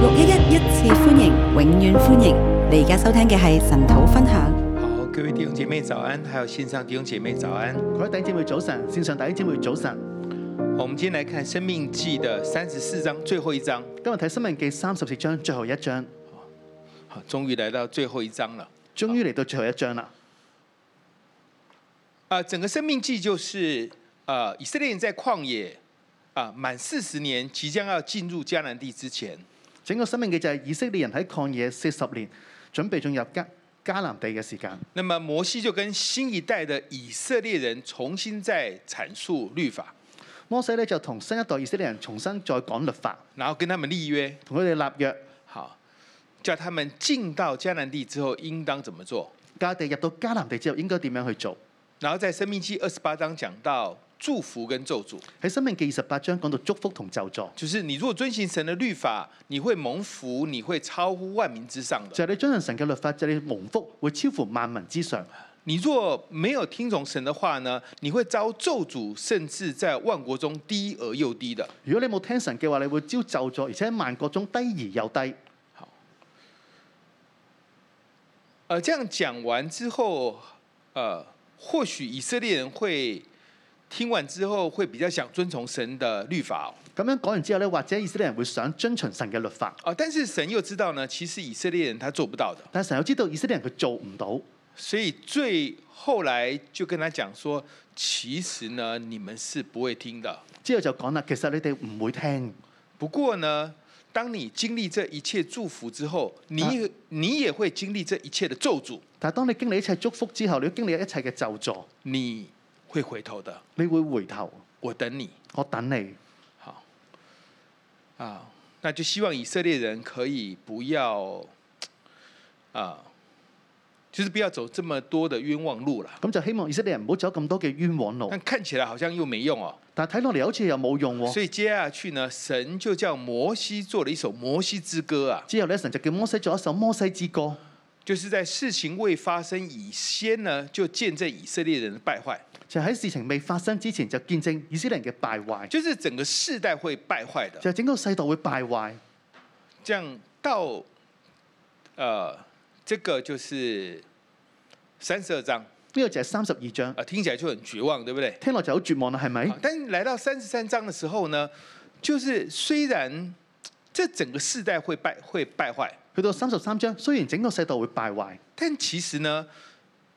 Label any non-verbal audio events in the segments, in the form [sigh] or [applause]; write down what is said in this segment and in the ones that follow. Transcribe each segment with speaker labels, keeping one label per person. Speaker 1: 六一一一次歡迎，永遠歡迎！你而家收聽嘅係神土分享。
Speaker 2: 好，各位弟兄姐妹早安，還有線上弟兄姐妹早安。
Speaker 3: 各位弟兄姊妹早晨，線上弟兄姊妹早晨。
Speaker 2: 我們今天來看《生命記》的三十四章最後一章。
Speaker 3: 今日睇《申命記》三十四章最後一章，
Speaker 2: 好，終於來到最後一章了。
Speaker 3: 終於嚟到最後一章啦。
Speaker 2: 啊，整個《生命記》就是啊，以色列人在曠野啊滿四十年，即將要進入迦南地之前，
Speaker 3: 整個《申命記》就係以色列人喺曠野四十年，準備進入迦迦南地嘅時間。
Speaker 2: 那麼摩西就跟新一代的以色列人重新再闡述律法，
Speaker 3: 摩西咧就同新一代以色列人重新再講律法，
Speaker 2: 然後跟他們立約，
Speaker 3: 同佢哋立約，
Speaker 2: 好，叫他們進到迦南地之後應當怎麼做。
Speaker 3: 教佢哋入到迦南地之後應該點樣去做。
Speaker 2: 然後在《生命記》二十八章講到祝福跟咒詛，
Speaker 3: 喺《申命記》二十八章講到祝福同咒詛，
Speaker 2: 就是你如果遵行神的律法，你會蒙福，你會超乎萬民之上的；
Speaker 3: 就係、你遵行神嘅律法，就係、你蒙福會超乎萬民之上。
Speaker 2: 你若沒有聽從神的話呢，你會遭咒詛，甚至在萬國中低而又低的。
Speaker 3: 如果你冇聽神嘅話，你會招咒詛，而且喺萬國中低而又低。
Speaker 2: 呃，這樣講完之後，呃，或許以色列人會聽完之後會比較想遵從神的律法哦。
Speaker 3: 咁樣講完之後咧，或者以色列人會想遵循神嘅律法，
Speaker 2: 啊、但是神又知道呢，其實以色列人他做不到的。
Speaker 3: 但係神又知道以色列人佢做唔到，
Speaker 2: 所以最後來就跟他講說，其實呢，你們是不會聽的。
Speaker 3: 之後就講啦，其實你哋唔會聽，
Speaker 2: 不過呢，當你經歷這一切祝福之後，你、
Speaker 3: 啊
Speaker 2: 你也會經歷這一切的咒詛，
Speaker 3: 但係當你經歷一切祝福之後，你要經歷一切嘅咒詛，
Speaker 2: 你會回頭的。
Speaker 3: 你會回頭，
Speaker 2: 我等你。
Speaker 3: 我等你。
Speaker 2: 好，啊，那就希望以色列人可以不要，啊，就是不要走這麼多的冤枉路了。
Speaker 3: 咁就希望以色列人唔好走咁多嘅冤枉路
Speaker 2: 但，看起來好像又沒用哦。
Speaker 3: 但係睇落嚟好似又冇用喎。
Speaker 2: 所以接下去呢，神就叫摩西做了一首摩西之歌啊，
Speaker 3: 之後咧，神就叫摩西做一首摩西之歌，
Speaker 2: 就是在事情未發生以先呢，就見證以色列人的敗壞，
Speaker 3: 就喺事情未發生之前就見證以色列人嘅敗壞，
Speaker 2: 就是整個世代會敗壞的。
Speaker 3: 就係整個世代會敗壞。
Speaker 2: 這樣到，呃，這個就是三十二章
Speaker 3: 呢個就係三十二章
Speaker 2: 啊、，呃聽起來就很絕望，對不對？
Speaker 3: 聽落就好絕望啦，係咪
Speaker 2: 好？但是來到三十三章的時候呢，就是雖然這整個世代會敗會敗壞，
Speaker 3: 去到三十三章，雖然整個世代會敗壞。
Speaker 2: 但其實呢，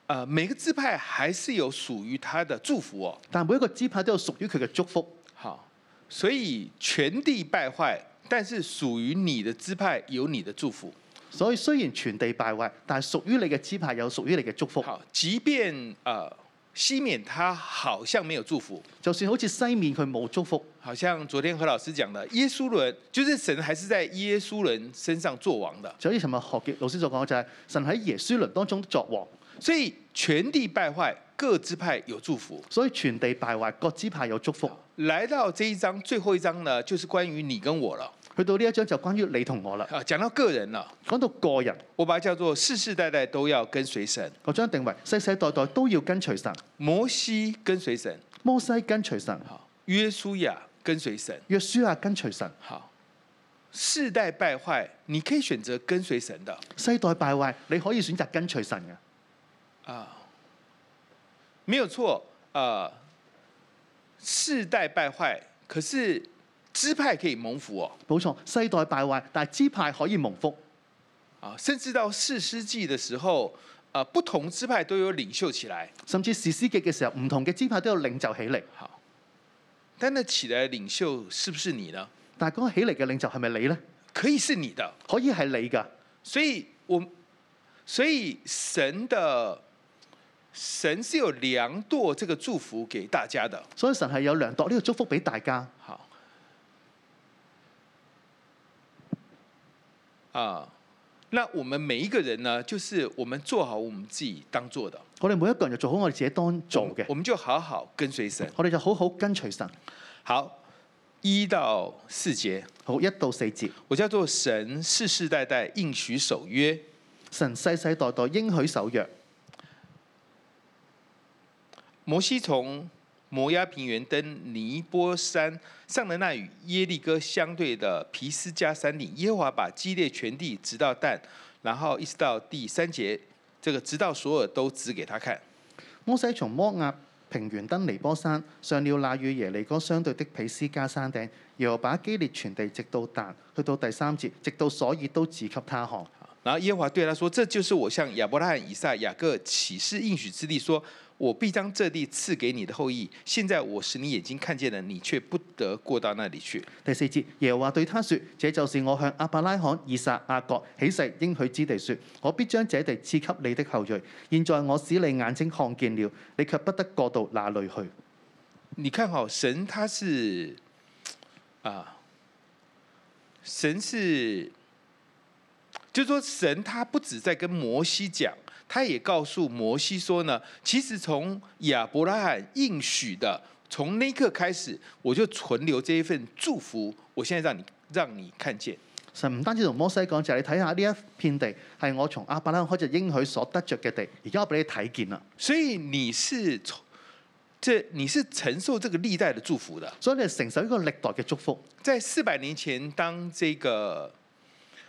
Speaker 2: 呃，每個支派還是有屬於他的祝福哦。
Speaker 3: 但每一個支派都有屬於佢嘅祝福，
Speaker 2: 好，所以全地敗壞，但是屬於你的支派有你的祝福。
Speaker 3: 所以雖然全地敗壞，但係屬於你嘅支派有屬於你嘅祝福。
Speaker 2: 好，即便呃西缅他好像沒有祝福，
Speaker 3: 就算好似西面佢冇祝福，
Speaker 2: 好像昨天何老師講的，耶穌人就是神還是在耶穌人身上做王的，
Speaker 3: 就好似尋日學嘅老師所講就係、神喺耶書倫當中作王，
Speaker 2: 所以全地敗壞，各支派有祝福。
Speaker 3: 所以全地敗壞，各支派有祝福。
Speaker 2: 來到這一章最後一章呢，就是關於你跟我了，
Speaker 3: 去到呢一章就關於你同我啦，
Speaker 2: 啊，講到個人了。
Speaker 3: 講到個人，
Speaker 2: 我把它叫做世世代代都要跟隨神。
Speaker 3: 我將定為世世代代都要跟隨神，
Speaker 2: 摩西跟隨神，
Speaker 3: 摩西跟隨神，
Speaker 2: 好，約書亞跟隨神，
Speaker 3: 約書亞跟隨神，
Speaker 2: 好。世代敗壞，你可以選擇跟隨神的
Speaker 3: 世代敗壞，你可以選擇跟隨神嘅，
Speaker 2: 啊，沒有錯。呃，世代敗壞，可是支派可以蒙福哦。
Speaker 3: 冇錯。世代敗壞，但係支派可以蒙福。
Speaker 2: 啊，甚至到士師記的時候，啊，不同支派都有領袖起來。
Speaker 3: 甚至士師記嘅時候，唔同嘅支派都有領袖起嚟，
Speaker 2: 好，但那起來的領袖是不是你呢？
Speaker 3: 但係嗰個起嚟嘅領袖係咪你呢？
Speaker 2: 可以是你的。
Speaker 3: 可以係你㗎，
Speaker 2: 所以我，所以神的神是有量度這個祝福給大家的。
Speaker 3: 所以神係有量度呢個祝福俾大家。
Speaker 2: 好，啊，那我們每一個人呢，就是我們做好我們自己當做的，
Speaker 3: 我哋每一個人就做好我哋自己當做嘅
Speaker 2: 我，們就好好跟隨神。
Speaker 3: 我哋就好好跟隨神。
Speaker 2: 好，一到四節，
Speaker 3: 好一到四節，
Speaker 2: 我叫做神世世代代應許守約。
Speaker 3: 神世世代代應許守約。
Speaker 2: 摩西從摩崖平原登尼波山上的那与耶利哥相对的皮斯加山岭，耶和华把基列全地直到但，然后一直到第三节，这个直到所有都指给他看。
Speaker 3: 摩西從摩押平原登尼波山，上了那與耶利哥相對的皮斯加山頂，然後把基列全地直到但，去到第三節，直到所以都自給他看。
Speaker 2: 然后耶和华对他说：“这就是我向亚伯拉罕、以撒、雅各启示应许之地说，我必将这地赐给你的后裔。现在我使你眼睛看见了，你却不得过到那里去。
Speaker 3: 第四節，耶和華對他說：這就是我向亞伯拉罕、以撒、雅各起誓應許之地說，我必將這地賜給你的後裔。現在我使你眼睛看見了，你卻不得過到那裏去。
Speaker 2: 你看好、神他是啊，神是，就是说神他不止在跟摩西讲，他也告诉摩西说呢，其实从亚伯拉罕应许的，从那一刻开始，我就存留这一份祝福，我现在让你让你看见。
Speaker 3: 神唔單止同摩西講，就係、你睇下呢一片地係我從亞伯拉罕開始應許所得着嘅地，而家我俾你睇見啦。
Speaker 2: 所以你是从这你是承受这个历代的祝福的。
Speaker 3: 所以你係承受一個歷代嘅祝福。
Speaker 2: 在四百年前，当这个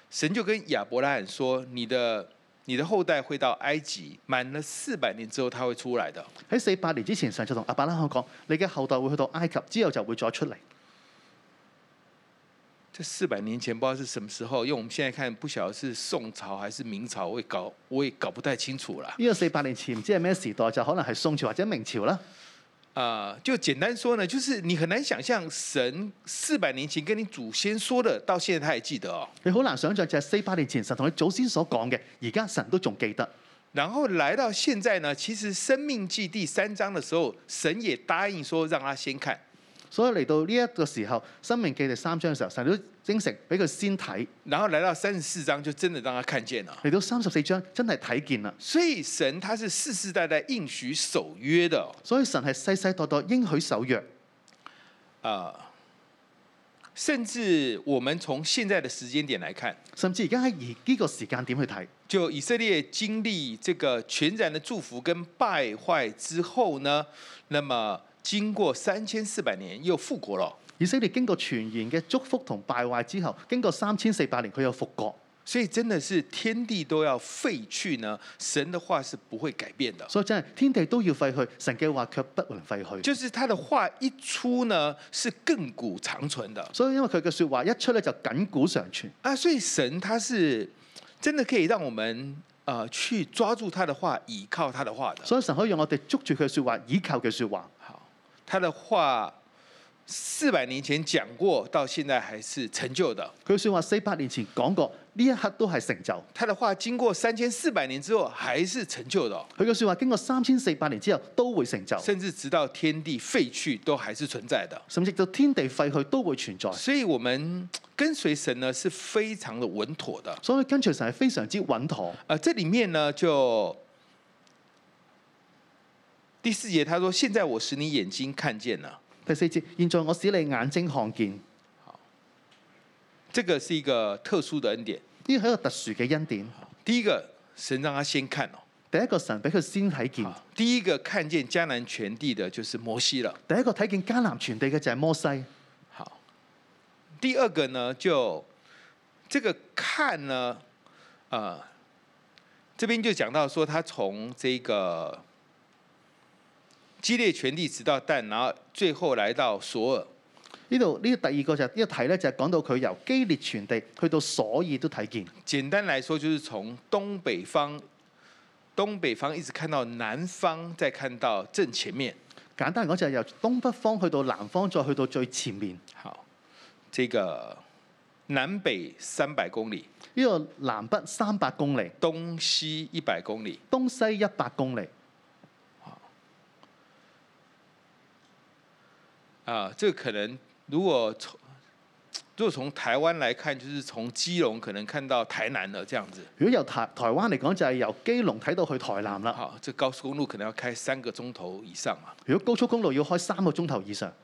Speaker 2: 神就跟亚伯拉罕说：“你的你的后代会到埃及，满了四百年之后，他会出来的。
Speaker 3: 喺四百年之前，神就同亞伯拉罕講：你嘅後代會去到埃及，之後就會再出嚟。”
Speaker 2: 这四百年前不知道是什么时候，用我们现在看，不晓得是宋朝还是明朝，我也搞我也搞不太清楚了。
Speaker 3: 呢、個四百年前唔知係咩時代，就可能係宋朝或者明朝啦。
Speaker 2: 啊、就简单说呢，就是你很难想象神四百年前跟你祖先说的，到现在他还记得哦。
Speaker 3: 你好難想象就係四百年前神同你祖先所講嘅，而家神都仲記得。
Speaker 2: 然后来到现在呢，其实《生命记》第三章的时候，神也答应说让他先看，
Speaker 3: 所以嚟到呢一個時候，《生命記》第三章嘅時候，神都應承俾佢先睇。
Speaker 2: 然后来到三十四章就真的让他看见了。
Speaker 3: 嚟到三十四章，真係睇見啦。
Speaker 2: 所以神他是世世代代应许守约的哦
Speaker 3: 所以神係世世代代應許守約。
Speaker 2: 啊、甚至我们从现在的时间点来看，
Speaker 3: 甚至而家喺而呢個時間點去睇，
Speaker 2: 就以色列经历这个全然的祝福跟败坏之后呢，那么经过三千四百年又复国了哦。
Speaker 3: 以色列經過全然嘅祝福同敗壞之後，經過三千四百年，佢又復國，
Speaker 2: 所以真的是天地都要废去呢，神的话是不会改变的。
Speaker 3: 所以真係天地都要廢去，神嘅話卻不能廢去。
Speaker 2: 就是他的话一出呢，是亘古长存的
Speaker 3: 所以因為佢嘅説話一出咧，就緊古常存。
Speaker 2: 啊。所以神他是真的可以让我们呃去抓住他的话，倚靠他的话的。
Speaker 3: 所以神可以讓我哋捉住佢嘅説話，倚靠佢嘅説話。
Speaker 2: 好，他的话四百年前讲过，到现在还是成就的。
Speaker 3: 佢嘅説話四百年前講過，呢一刻都係成就。
Speaker 2: 他的话经过三千四百年之后还是成就的哦、
Speaker 3: 佢嘅説話經過三千四百年之後都會成就，
Speaker 2: 甚至直到天地废去都还是存在的。
Speaker 3: 甚至到天地廢去都會存在。
Speaker 2: 所以，我们跟随神呢是非常的稳妥的。
Speaker 3: 所以跟隨神係非常之穩妥。
Speaker 2: 呃，这里面呢，就第四节他说：“现在我使你眼睛看见了。
Speaker 3: 第四節，現在我使你眼睛看見，”
Speaker 2: 这个是一个特殊的恩典。
Speaker 3: 呢個係一個特殊嘅恩典。
Speaker 2: 第一个，神让他先看哦。
Speaker 3: 第一個神俾佢先睇見，
Speaker 2: 啊第一个看见迦南全地的就是摩西了。
Speaker 3: 第一個睇見迦南全地嘅就係摩西。
Speaker 2: 好，第二个呢，就这个看呢，呃，这边就讲到说，他从这个激烈全地直到但，然后最后来到索尔。
Speaker 3: 呢度呢個第二個就係呢個睇咧，就係講到佢由基列全地去到所以都睇見。
Speaker 2: 简单来说，就是从东北方，东北方一直看到南方，再看到正前面。
Speaker 3: 簡單嚟講就係由東北方去到南方，再去到最前面。
Speaker 2: 好，这个南北三百公里，
Speaker 3: 呢、個南北三百公里，
Speaker 2: 东西一百公里。
Speaker 3: 東西一百公里。
Speaker 2: 啊，这可能如果从如果从台湾来看，就是从基隆可能看到台南了这样子。
Speaker 3: 如果由台台灣嚟講，就係由基隆睇到去台南啦。
Speaker 2: 好，这高速公路可能要开三个钟头以上嘛。
Speaker 3: 如果高速公路要開三個鐘頭以上，呢、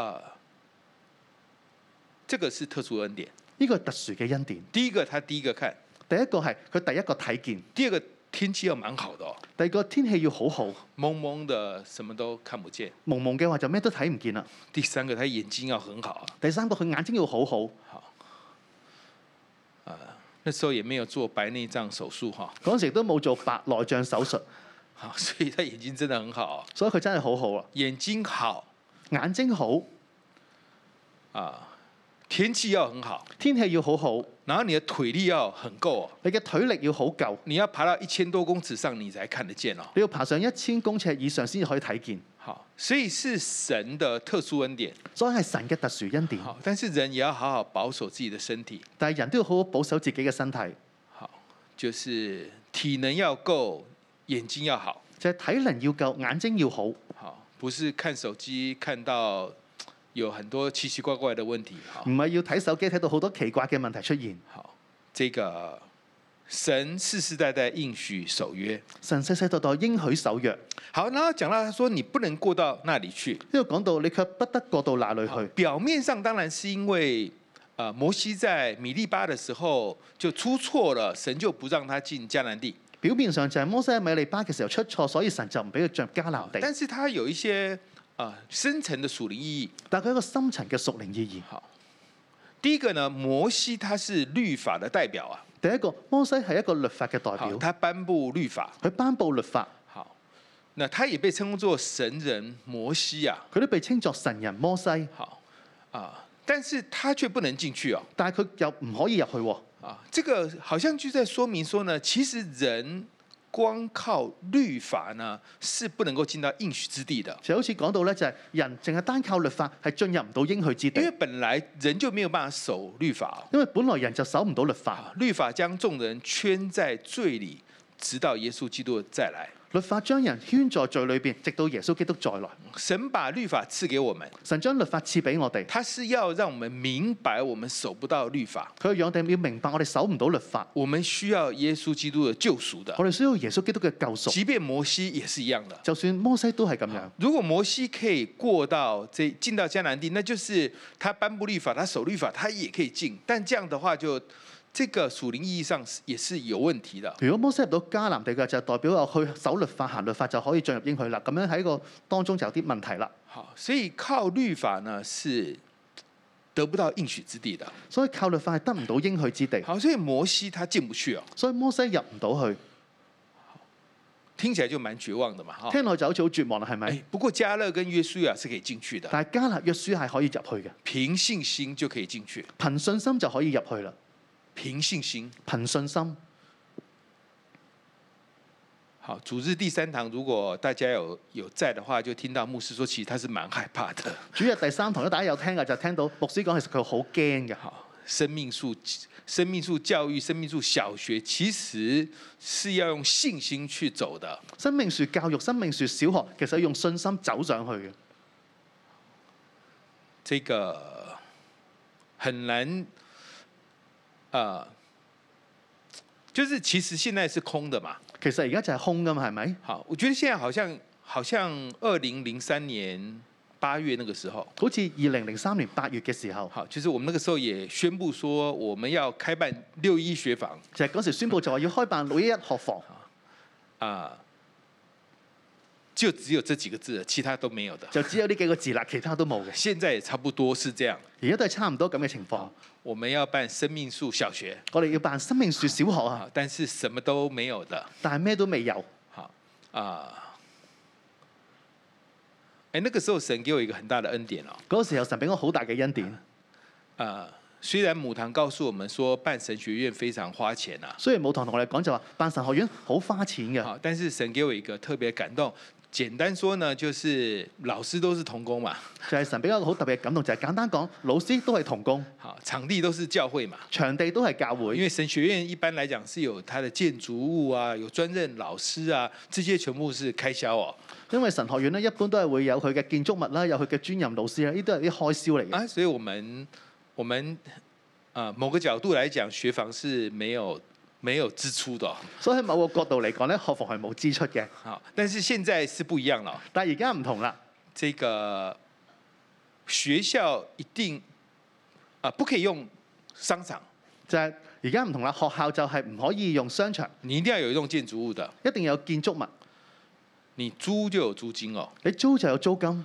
Speaker 2: 啊，这个是特殊恩典。
Speaker 3: 個係特殊嘅恩典。
Speaker 2: 第一个，他第一个看；
Speaker 3: 第一個係佢第一個睇見，
Speaker 2: 第二个，天气要蛮好的哦。
Speaker 3: 第二個天氣要好好，
Speaker 2: 蒙蒙的，什么都看不見。
Speaker 3: 蒙蒙嘅話就咩都睇唔見啦。
Speaker 2: 第三個，他眼睛要很好啊。
Speaker 3: 第三個佢眼睛要好好。
Speaker 2: 那時候也沒有做白內障手術哈，
Speaker 3: 嗰陣時都冇做白內障手術，
Speaker 2: 好， [laughs] 所以他眼睛真的很好啊，
Speaker 3: 所以佢真係好好啦。
Speaker 2: 眼睛好
Speaker 3: 眼睛好，
Speaker 2: 啊，天氣要很好，
Speaker 3: 天氣要好好，
Speaker 2: 然後你的腿力要很夠哦，
Speaker 3: 你嘅腿力要好夠，
Speaker 2: 你要爬到一千多公尺上你才看得見哦。
Speaker 3: 你要爬上一千公尺以上先至可以睇見。
Speaker 2: 好，所以是神的特殊恩典。
Speaker 3: 所以係神嘅特殊恩典，
Speaker 2: 好，但是人也要好好保守自己的身體。
Speaker 3: 但係人都要好好保守自己嘅身體，
Speaker 2: 好，就是體能要夠，眼睛要好。
Speaker 3: 就係、體能要夠，眼睛要好，唔
Speaker 2: 好，不是看手機看到有很多奇奇怪怪的問題。好，
Speaker 3: 係要睇手機睇到好多奇怪嘅問題出現。
Speaker 2: 好，這個神世世代代應許守約。
Speaker 3: 神世世代代應許守約，
Speaker 2: 好，然後講到他說你不能過到那裡去。
Speaker 3: 呢度講到你卻不得過到那裏去。
Speaker 2: 表面上當然是因為。呃，摩西在米利巴的時候就出錯了，神就不讓他進迦南地。
Speaker 3: 表面上就係摩西喺米利巴嘅時候出錯，所以神就唔俾佢進迦南地。
Speaker 2: 但是它有一些啊、呃深層的屬靈意義。
Speaker 3: 但佢有一個深層嘅屬靈意義。
Speaker 2: 好，第一個呢，摩西他是律法的代表啊，
Speaker 3: 第一個，摩西係一個律法嘅代
Speaker 2: 好，
Speaker 3: 表，
Speaker 2: 他頒布律法，
Speaker 3: 佢頒布律法，
Speaker 2: 好，那他也被稱作神人摩西啊，
Speaker 3: 佢都被稱作神人摩西，
Speaker 2: 好啊、但是他卻不能進去哦，
Speaker 3: 但係佢又唔可以入去喎。
Speaker 2: 啊，這個好像就在說明說呢，其實人。光靠律法呢，是不能夠進到應許之地的，
Speaker 3: 就好似講到咧，就係人淨係單靠律法係進入唔到應許之
Speaker 2: 因為
Speaker 3: 地，
Speaker 2: 本來人就沒有辦法守律法哦、
Speaker 3: 因為本來人就守唔到律法，
Speaker 2: 啊，律法將众人圈在罪里，直到耶稣基督再来。
Speaker 3: 律法將人圈在罪裏邊，直到耶穌基督再來。
Speaker 2: 神把律法赐给我们，
Speaker 3: 神將律法賜俾我哋，
Speaker 2: 他是要讓我们明白我们守不到律法，
Speaker 3: 佢讓我哋要明白我哋守唔到律法，
Speaker 2: 我们需要耶稣基督的救赎的
Speaker 3: 我。哋需要耶穌基督嘅救贖。
Speaker 2: 即便摩西也是一樣的。
Speaker 3: 就算摩西都係咁樣，
Speaker 2: 如果摩西可以過到这进到迦南地，那就是他頒布律法，他守律法，他也可以進。但这樣的話就，这个屬靈意義上是也是有問題的。
Speaker 3: 如果摩西入到迦南地嘅，就代表有去守律法、行律法就可以進入應許啦。咁樣喺個當中就有啲問題啦。
Speaker 2: 好，所以靠律法呢是得不到應許之地的。
Speaker 3: 所以靠律法係得唔到應許之地，
Speaker 2: 好，所以摩西他進不去哦，
Speaker 3: 所以摩西入唔到去，
Speaker 2: 聽起來就蠻絕望的嘛哈。
Speaker 3: 聽落就好似好絕望啦，係咪？
Speaker 2: 哎，不過加勒跟約書亞是可以進去的，
Speaker 3: 但係加勒約書係可以入去嘅，
Speaker 2: 憑信心就可以進去，
Speaker 3: 憑信心就可以入去啦。
Speaker 2: 憑信心。
Speaker 3: 憑信心，
Speaker 2: 好，主日第三堂，如果大家有有在的話，就聽到牧師說，其實他是蠻害怕的。
Speaker 3: 主日第三堂咧，大家有聽嘅就聽到牧師講，其實佢好驚嘅。
Speaker 2: 好，生命樹、生命樹教育、生命樹小學，其實是要用信心去走的。
Speaker 3: 生命樹教育、生命樹小學其實用信心走上去嘅，
Speaker 2: 这个很難，呃，就是其實現在是空的嘛。
Speaker 3: 其實而家就係空㗎嘛，係咪？
Speaker 2: 好，我覺得現在好像好像二零零三年八月那個時候，
Speaker 3: 好似二零零三年八月嘅時候，
Speaker 2: 好，就是我們那個時候也宣布說我們要開辦六一學房
Speaker 3: 就係嗰時宣布就話要開辦六一一學房，
Speaker 2: 啊、就只有這幾個字了，其他都沒有的。
Speaker 3: 就只有呢幾個字啦，其他都冇嘅。
Speaker 2: 現在也差不多是這樣，
Speaker 3: 而家都係差唔多咁嘅情況。
Speaker 2: 我們要辦生命樹小學
Speaker 3: 我哋要辦生命樹小學啊，
Speaker 2: 啊，但是什麼都沒有的。
Speaker 3: 但係咩都未有。
Speaker 2: 好啊，哎、那個時候神給我一個很大的恩典哦，
Speaker 3: 嗰時候神俾我好大嘅恩典，
Speaker 2: 啊，雖然母堂告訴我們說辦神學院非常花錢啊，
Speaker 3: 雖然冇堂同我哋講就話辦神學院好花錢嘅，
Speaker 2: 好，但是神給我一個特別感動。簡單說呢，就是老師都是童工嘛，
Speaker 3: 就係神俾我一個好特別嘅感動，就係、簡單講，老師都係童工，
Speaker 2: 好，場啊地都是教會嘛。
Speaker 3: 場地都係教
Speaker 2: 因
Speaker 3: 會，
Speaker 2: 為神學院一般來講是有它的建築物啊，有專任老師啊，這些全部是開銷哦。
Speaker 3: 因為神學院咧一般都係會有佢嘅建築物啦，有佢嘅專任老師啦，呢都係啲開銷嚟嘅。
Speaker 2: 啊，所以我們我們啊某個角度來講，學房是沒有沒有支出的哦、
Speaker 3: 所以喺某個角度嚟講咧，學房係冇支出嘅，
Speaker 2: 好，但是現在是不一樣了哦。
Speaker 3: 但係而家唔同啦，
Speaker 2: 这個學校一定啊不可以用商場，
Speaker 3: 就係而家唔同啦，學校就係唔可以用商場，
Speaker 2: 你一定要有一棟建築物的。
Speaker 3: 一定有建築物，
Speaker 2: 你租就有租金哦，
Speaker 3: 你租就有租金，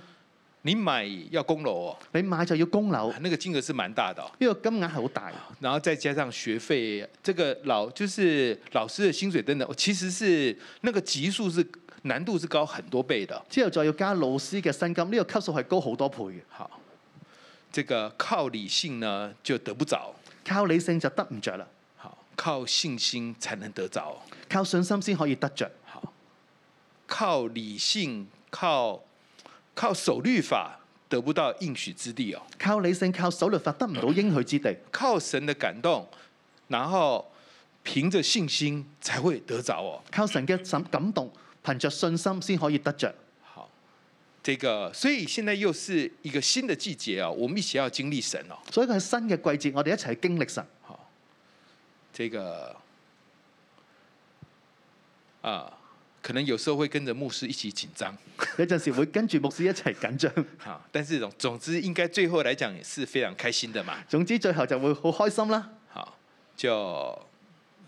Speaker 2: 你買要供樓哦，啊
Speaker 3: 你買就要供樓，呢、
Speaker 2: 那個金額是蠻大的、哦。
Speaker 3: 個金額係好大。
Speaker 2: 然後再加上學費，這個老就是老師的薪水等等，其實是那個級數是難度是高很多倍的。
Speaker 3: 之後再要加老師嘅薪金，呢、個級數係高好多倍嘅。
Speaker 2: 好，這個靠理性呢就得不着，
Speaker 3: 靠理性就得唔着啦，
Speaker 2: 好，靠信心才能得着，
Speaker 3: 靠信心先可以得着。
Speaker 2: 好，靠理性靠靠守律法得不到應許之地哦，
Speaker 3: 靠理性、靠守律法得唔到應許之地，
Speaker 2: 靠神的感動，然後憑着信心才會得着哦。
Speaker 3: 靠神嘅感感動，憑着信心先可以得着。
Speaker 2: 好，這個所以現在又是一個新的季節啊，我們一起要經歷神哦。
Speaker 3: 所以佢係新嘅季節，我哋一齊經歷神。 [laughs]
Speaker 2: 好，這個啊、可能有時候會跟着牧師一起緊張
Speaker 3: 有陣時會跟住牧師一齊緊張。
Speaker 2: 哈，但是總總之應該最後來講也是非常開心的嘛。
Speaker 3: 總之最後就會好開心啦，
Speaker 2: 好，就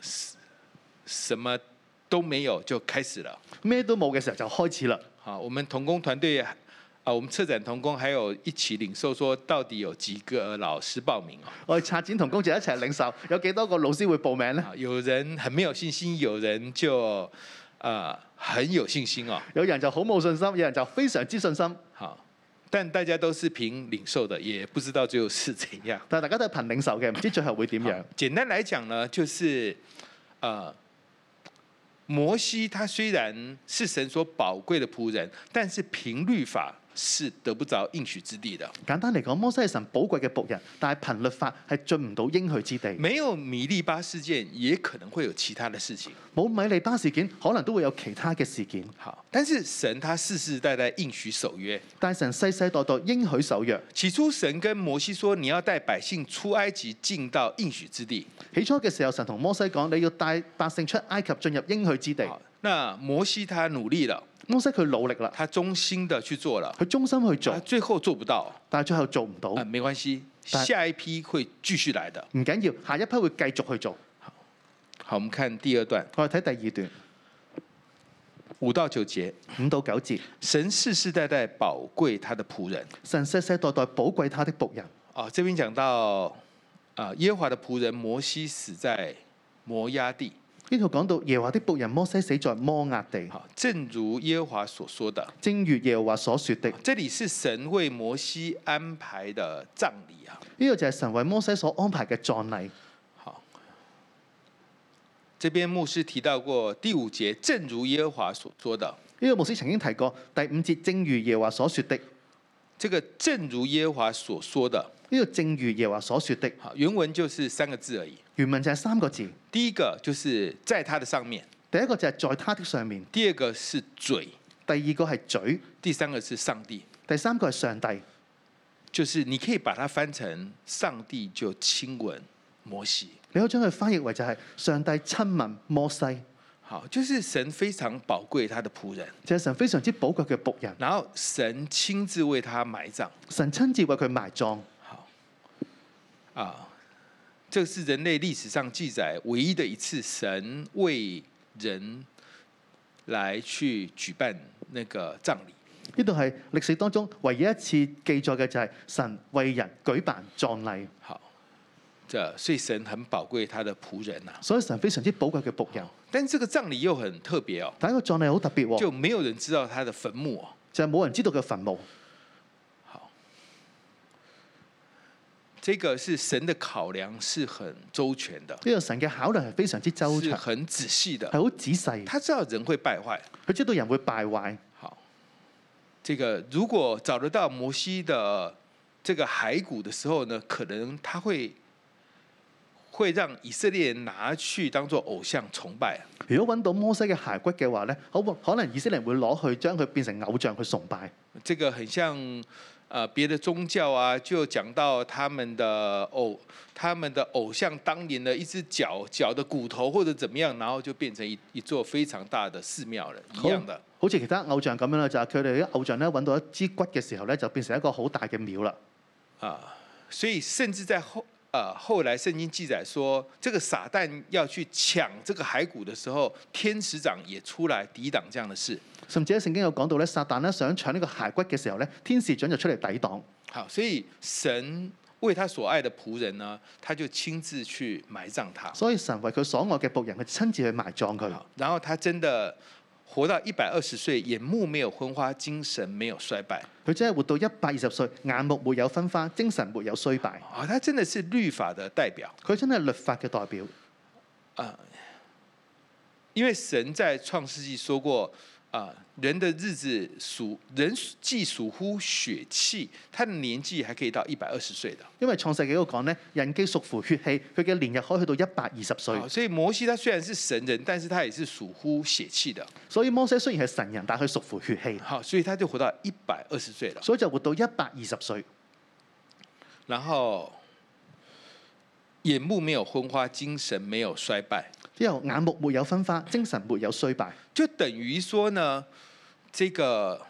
Speaker 2: 什什麼都沒有就開始了。
Speaker 3: 咩都冇嘅時候就開始啦。
Speaker 2: 好，我們童工團隊啊，我們策展童工還有一起領受說，到底有幾個老師報名哦？
Speaker 3: 我哋策展同工就一齊領受，有幾多個老師會報名呢？
Speaker 2: 啊，有人很沒有信心，有人就呃很有信心哦。
Speaker 3: 有人就好冇信心，有人就非常之信心，
Speaker 2: 好，但大家都是憑領受的，也不知道最後是怎樣。
Speaker 3: 但係大家都係憑領受嘅，唔知最後會點樣。
Speaker 2: 簡單來講呢，就是呃，摩西他雖然是神所寶貴的僕人，但是憑律法是得不着應許之地的。
Speaker 3: 簡單嚟講，摩西係神寶貴嘅僕人，但係憑律法係進唔到應許之地。
Speaker 2: 沒有米利巴事件，也可能會有其他的事情。
Speaker 3: 冇米利巴事件，可能都會有其他嘅事件。
Speaker 2: 好，但是神他世世代代應許守約。
Speaker 3: 但神世世代代應許守約。
Speaker 2: 起初神跟摩西說：“你要帶百姓出埃及，進到應許之地。
Speaker 3: 起初嘅時候，神同摩西講：你要帶百姓出埃及，進入應許之”地
Speaker 2: 好。，那摩西他努力了，
Speaker 3: 摩西佢努力啦，
Speaker 2: 他忠心的去做了，
Speaker 3: 佢忠心去
Speaker 2: 他
Speaker 3: 做，
Speaker 2: 最後做不到
Speaker 3: 但係最後做唔到。
Speaker 2: 啊、
Speaker 3: 唔
Speaker 2: 沒關係，
Speaker 3: 但
Speaker 2: 下一批會繼續來的。
Speaker 3: 緊要，下一批會繼續去做。
Speaker 2: 好，我們看第二段
Speaker 3: 我哋睇第二段。
Speaker 2: 五到九節，
Speaker 3: 五到九節，
Speaker 2: 神世世代代寶貴他的僕人。
Speaker 3: 神世世代代寶貴他的僕人。
Speaker 2: 哦，這邊講到啊、耶和華的僕人摩西死在摩押地。
Speaker 3: 呢度講到耶和華的僕人摩西死在摩押地，
Speaker 2: 好，正如耶和華所說的，
Speaker 3: 正如耶和華所說的。
Speaker 2: 這裡是神為摩西安排的葬禮啊。
Speaker 3: 呢個就係神為摩西所安排嘅葬禮。
Speaker 2: 好，這邊牧師提到過第五節，正如耶和華所說的，
Speaker 3: 呢個牧師曾經提過第五節，正如耶和華所說的。
Speaker 2: 這個正如耶和華所說的，
Speaker 3: 呢個正如耶和華所說的，
Speaker 2: 好，原文就是三個字而已。
Speaker 3: 原文就係三個字。
Speaker 2: 第一個就是在他的上面，
Speaker 3: 第一個就係在他的上面，
Speaker 2: 第二個是嘴，
Speaker 3: 第二個係嘴，
Speaker 2: 第三個是上帝。
Speaker 3: 第三個係上帝。
Speaker 2: 就是你可以把它翻成上帝就親吻摩西。
Speaker 3: 你可以將佢翻譯為就係上帝親吻摩西，
Speaker 2: 好，就是神非常寶貴他的僕人，
Speaker 3: 就係神非常之寶貴嘅僕人。
Speaker 2: 然後神親自為他埋葬。
Speaker 3: 神親自為佢埋葬，
Speaker 2: 啊，这是人類歷史上記載唯一的一次神為人來去舉辦那個葬禮。
Speaker 3: 呢度係歷史當中唯一一次記載嘅就係神為人舉辦葬禮，
Speaker 2: 好，這所以神很寶貴他的僕人呐、
Speaker 3: 所以神非常之寶貴嘅僕人。
Speaker 2: 但這個葬禮又很特別哦，
Speaker 3: 但係個葬禮好特別喎，
Speaker 2: 就沒有人知道他的墳墓哦。
Speaker 3: 就係冇人知道佢墳墓。
Speaker 2: 这個是神的考量是很周全的，
Speaker 3: 呢個神嘅考量係非常之周
Speaker 2: 是
Speaker 3: 詳，
Speaker 2: 很仔細的。
Speaker 3: 係好仔細。
Speaker 2: 他知道人會敗壞。
Speaker 3: 佢知道人會敗壞。
Speaker 2: 好，这個如果找得到摩西的这個骸骨的時候呢，可能他會会让以色列人拿去當做偶像崇拜。
Speaker 3: 如果揾到摩西嘅骸骨嘅話咧，可可能以色列人會攞去將佢變成偶像去崇拜。
Speaker 2: 这個很像呃別的宗教啊，就講到他們的偶他們的偶像當年的一隻腳腳的骨頭或者怎麼樣，然後就變成一一座非常大的寺廟了，一樣的。
Speaker 3: 好似其他偶像咁樣啦，就係佢哋啲偶像咧揾到一支骨嘅時候咧，就變成一個好大嘅廟啦。
Speaker 2: 啊，所以甚至在後呃，后来圣经记载说，这个撒旦要去抢这个骸骨的时候，天使长也出来抵挡这样的事。
Speaker 3: 甚至喺聖經有講到咧，撒旦咧想搶呢個骸骨嘅時候咧，天使長就出嚟抵擋。
Speaker 2: 好，所以神为他所爱的仆人呢，他就亲自去埋葬他。
Speaker 3: 所以神為佢所愛嘅仆人，佢親自去埋葬佢。
Speaker 2: 好，然后他真的活到一百二十岁，眼目没有昏花，精神没有衰败。
Speaker 3: 佢真係活到一百二十歲，眼目沒有昏花，精神沒有衰敗。
Speaker 2: 啊、他真的是律法的代表
Speaker 3: 佢真係律法嘅代表，
Speaker 2: 啊、因为神在创世纪说过。啊、人的日子属人既属乎血气，他的年纪还可以到一百二十岁的。
Speaker 3: 因為創世紀嗰度講咧，人既屬乎血氣，佢嘅年日可以去到一百二十歲
Speaker 2: 好，。所以摩西他虽然是神人，但是他也是属乎血气的。
Speaker 3: 所以摩西雖然係神人，但係佢屬乎血氣，
Speaker 2: 好，所以他就活到一百二十岁了。
Speaker 3: 所以就活到一百二十歲。
Speaker 2: 然后眼目没有昏花，精神没有衰败，
Speaker 3: 之後眼目沒有昏花，精神沒有衰敗，
Speaker 2: 就等于说呢，这个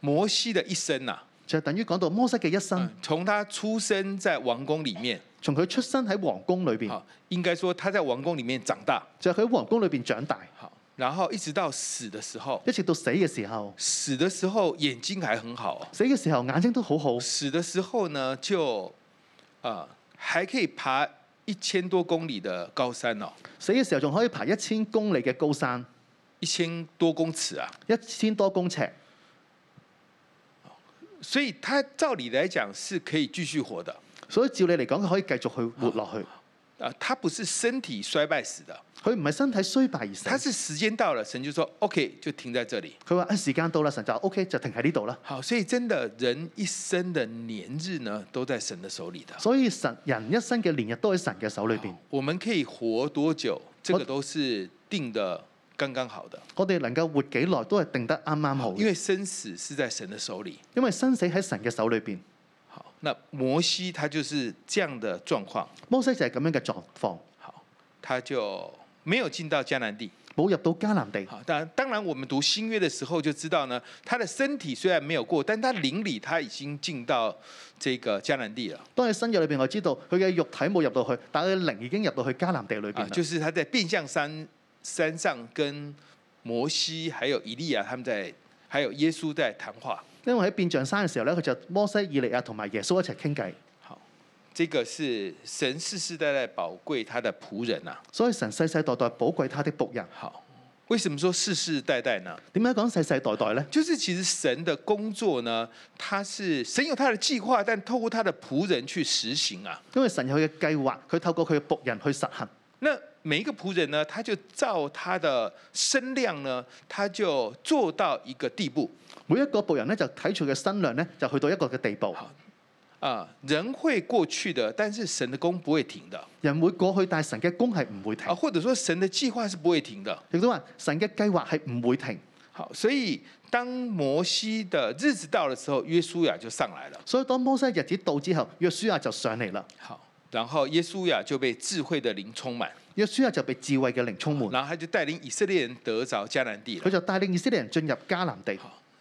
Speaker 2: 摩西的一生呐、
Speaker 3: 就等於講到摩西嘅一生
Speaker 2: 嗯，从他出生在王宫里面，
Speaker 3: 從佢出生喺皇宮裏邊，
Speaker 2: 好，应该说他在王宫里面长大，
Speaker 3: 就係佢喺皇宮裏邊長大，
Speaker 2: 好，然后一直到死的时候，
Speaker 3: 一直到死嘅時候，
Speaker 2: 死的时候眼睛还很好哦、
Speaker 3: 死嘅時候眼睛都好好，
Speaker 2: 死的时候呢，就啊、呃还可以爬一千多公里的高山哦，
Speaker 3: 死嘅時候仲可以爬一千公里嘅高山，
Speaker 2: 一千多公尺啊。
Speaker 3: 一千多公尺，
Speaker 2: 所以他照理来讲是可以继续活的，
Speaker 3: 所以照你嚟講，佢可以繼續去活落去。
Speaker 2: 啊，他不是身体衰败死的，
Speaker 3: 佢唔係身體衰敗而死
Speaker 2: 他，是时间到了，神就说 OK 就停在这里。
Speaker 3: 佢話：啊時間到啦，神就 O、k 就停喺呢度啦。
Speaker 2: 好，所以真的人一生的年日呢，都在神的手里的。
Speaker 3: 所以神人一生嘅年日都喺神嘅手裏邊，
Speaker 2: 我们可以活多久，这个都是定的刚刚好的，
Speaker 3: 我哋能夠活幾耐都係定得啱啱好嘅，
Speaker 2: 因为生死是在神的手里。
Speaker 3: 因為生死喺神嘅手裏邊。
Speaker 2: 好，那摩西他就是这样的状况，
Speaker 3: 摩西就係咁樣嘅狀況，
Speaker 2: 好，他就没有进到迦南地。
Speaker 3: 冇入到迦南地。
Speaker 2: 好，当然，当然，我们读新约的时候就知道呢，他的身体虽然没有过，但他灵里他已经进到这个迦南地了
Speaker 3: 當喺新約裏邊，我知道佢嘅肉體冇入到去，但係佢嘅靈已經入到去迦南地裏邊
Speaker 2: 啊，
Speaker 3: 啦。
Speaker 2: 就是他在变相山山上跟摩西还有以利亚他们在，还有耶稣在谈话。
Speaker 3: 因為喺變象山嘅時候咧，佢就摩西、以利亞同埋耶穌一齊傾偈，
Speaker 2: 好，这个是神世世代代宝贵他的仆人呐、
Speaker 3: 所以神世世代代寶貴他的仆人。
Speaker 2: 好，为什么说世世代代呢？
Speaker 3: 點解講世世代代呢？
Speaker 2: 就是其实神的工作呢，他是神有他的计划，但透过他的仆人去实行啊。
Speaker 3: 因為神有佢嘅計劃，佢透過佢嘅仆人去實行。
Speaker 2: 那每一个仆人呢，他就照他的身量呢，他就做到一个地步
Speaker 3: 每一個仆人咧就睇住佢嘅身量咧，就去到一個嘅地步。
Speaker 2: 啊、人会过去的，但是神的功不会停的
Speaker 3: 人會過去，但係神嘅工係唔會
Speaker 2: 啊，
Speaker 3: 停，
Speaker 2: 或者说神的计划是不会停的。
Speaker 3: 亦都話神嘅計劃係唔會停。
Speaker 2: 好，所以当摩西的日子到的時候，约书亚就上来了。
Speaker 3: 所以當摩西日子到之後，約書亞就上嚟啦。
Speaker 2: 好，然后耶稣亚就被智慧的灵充滿，
Speaker 3: 約書亞就被智慧嘅靈充滿，
Speaker 2: 然后他就帶領以色列人得着迦南地了
Speaker 3: 佢。就帶領以色列人進入迦南地。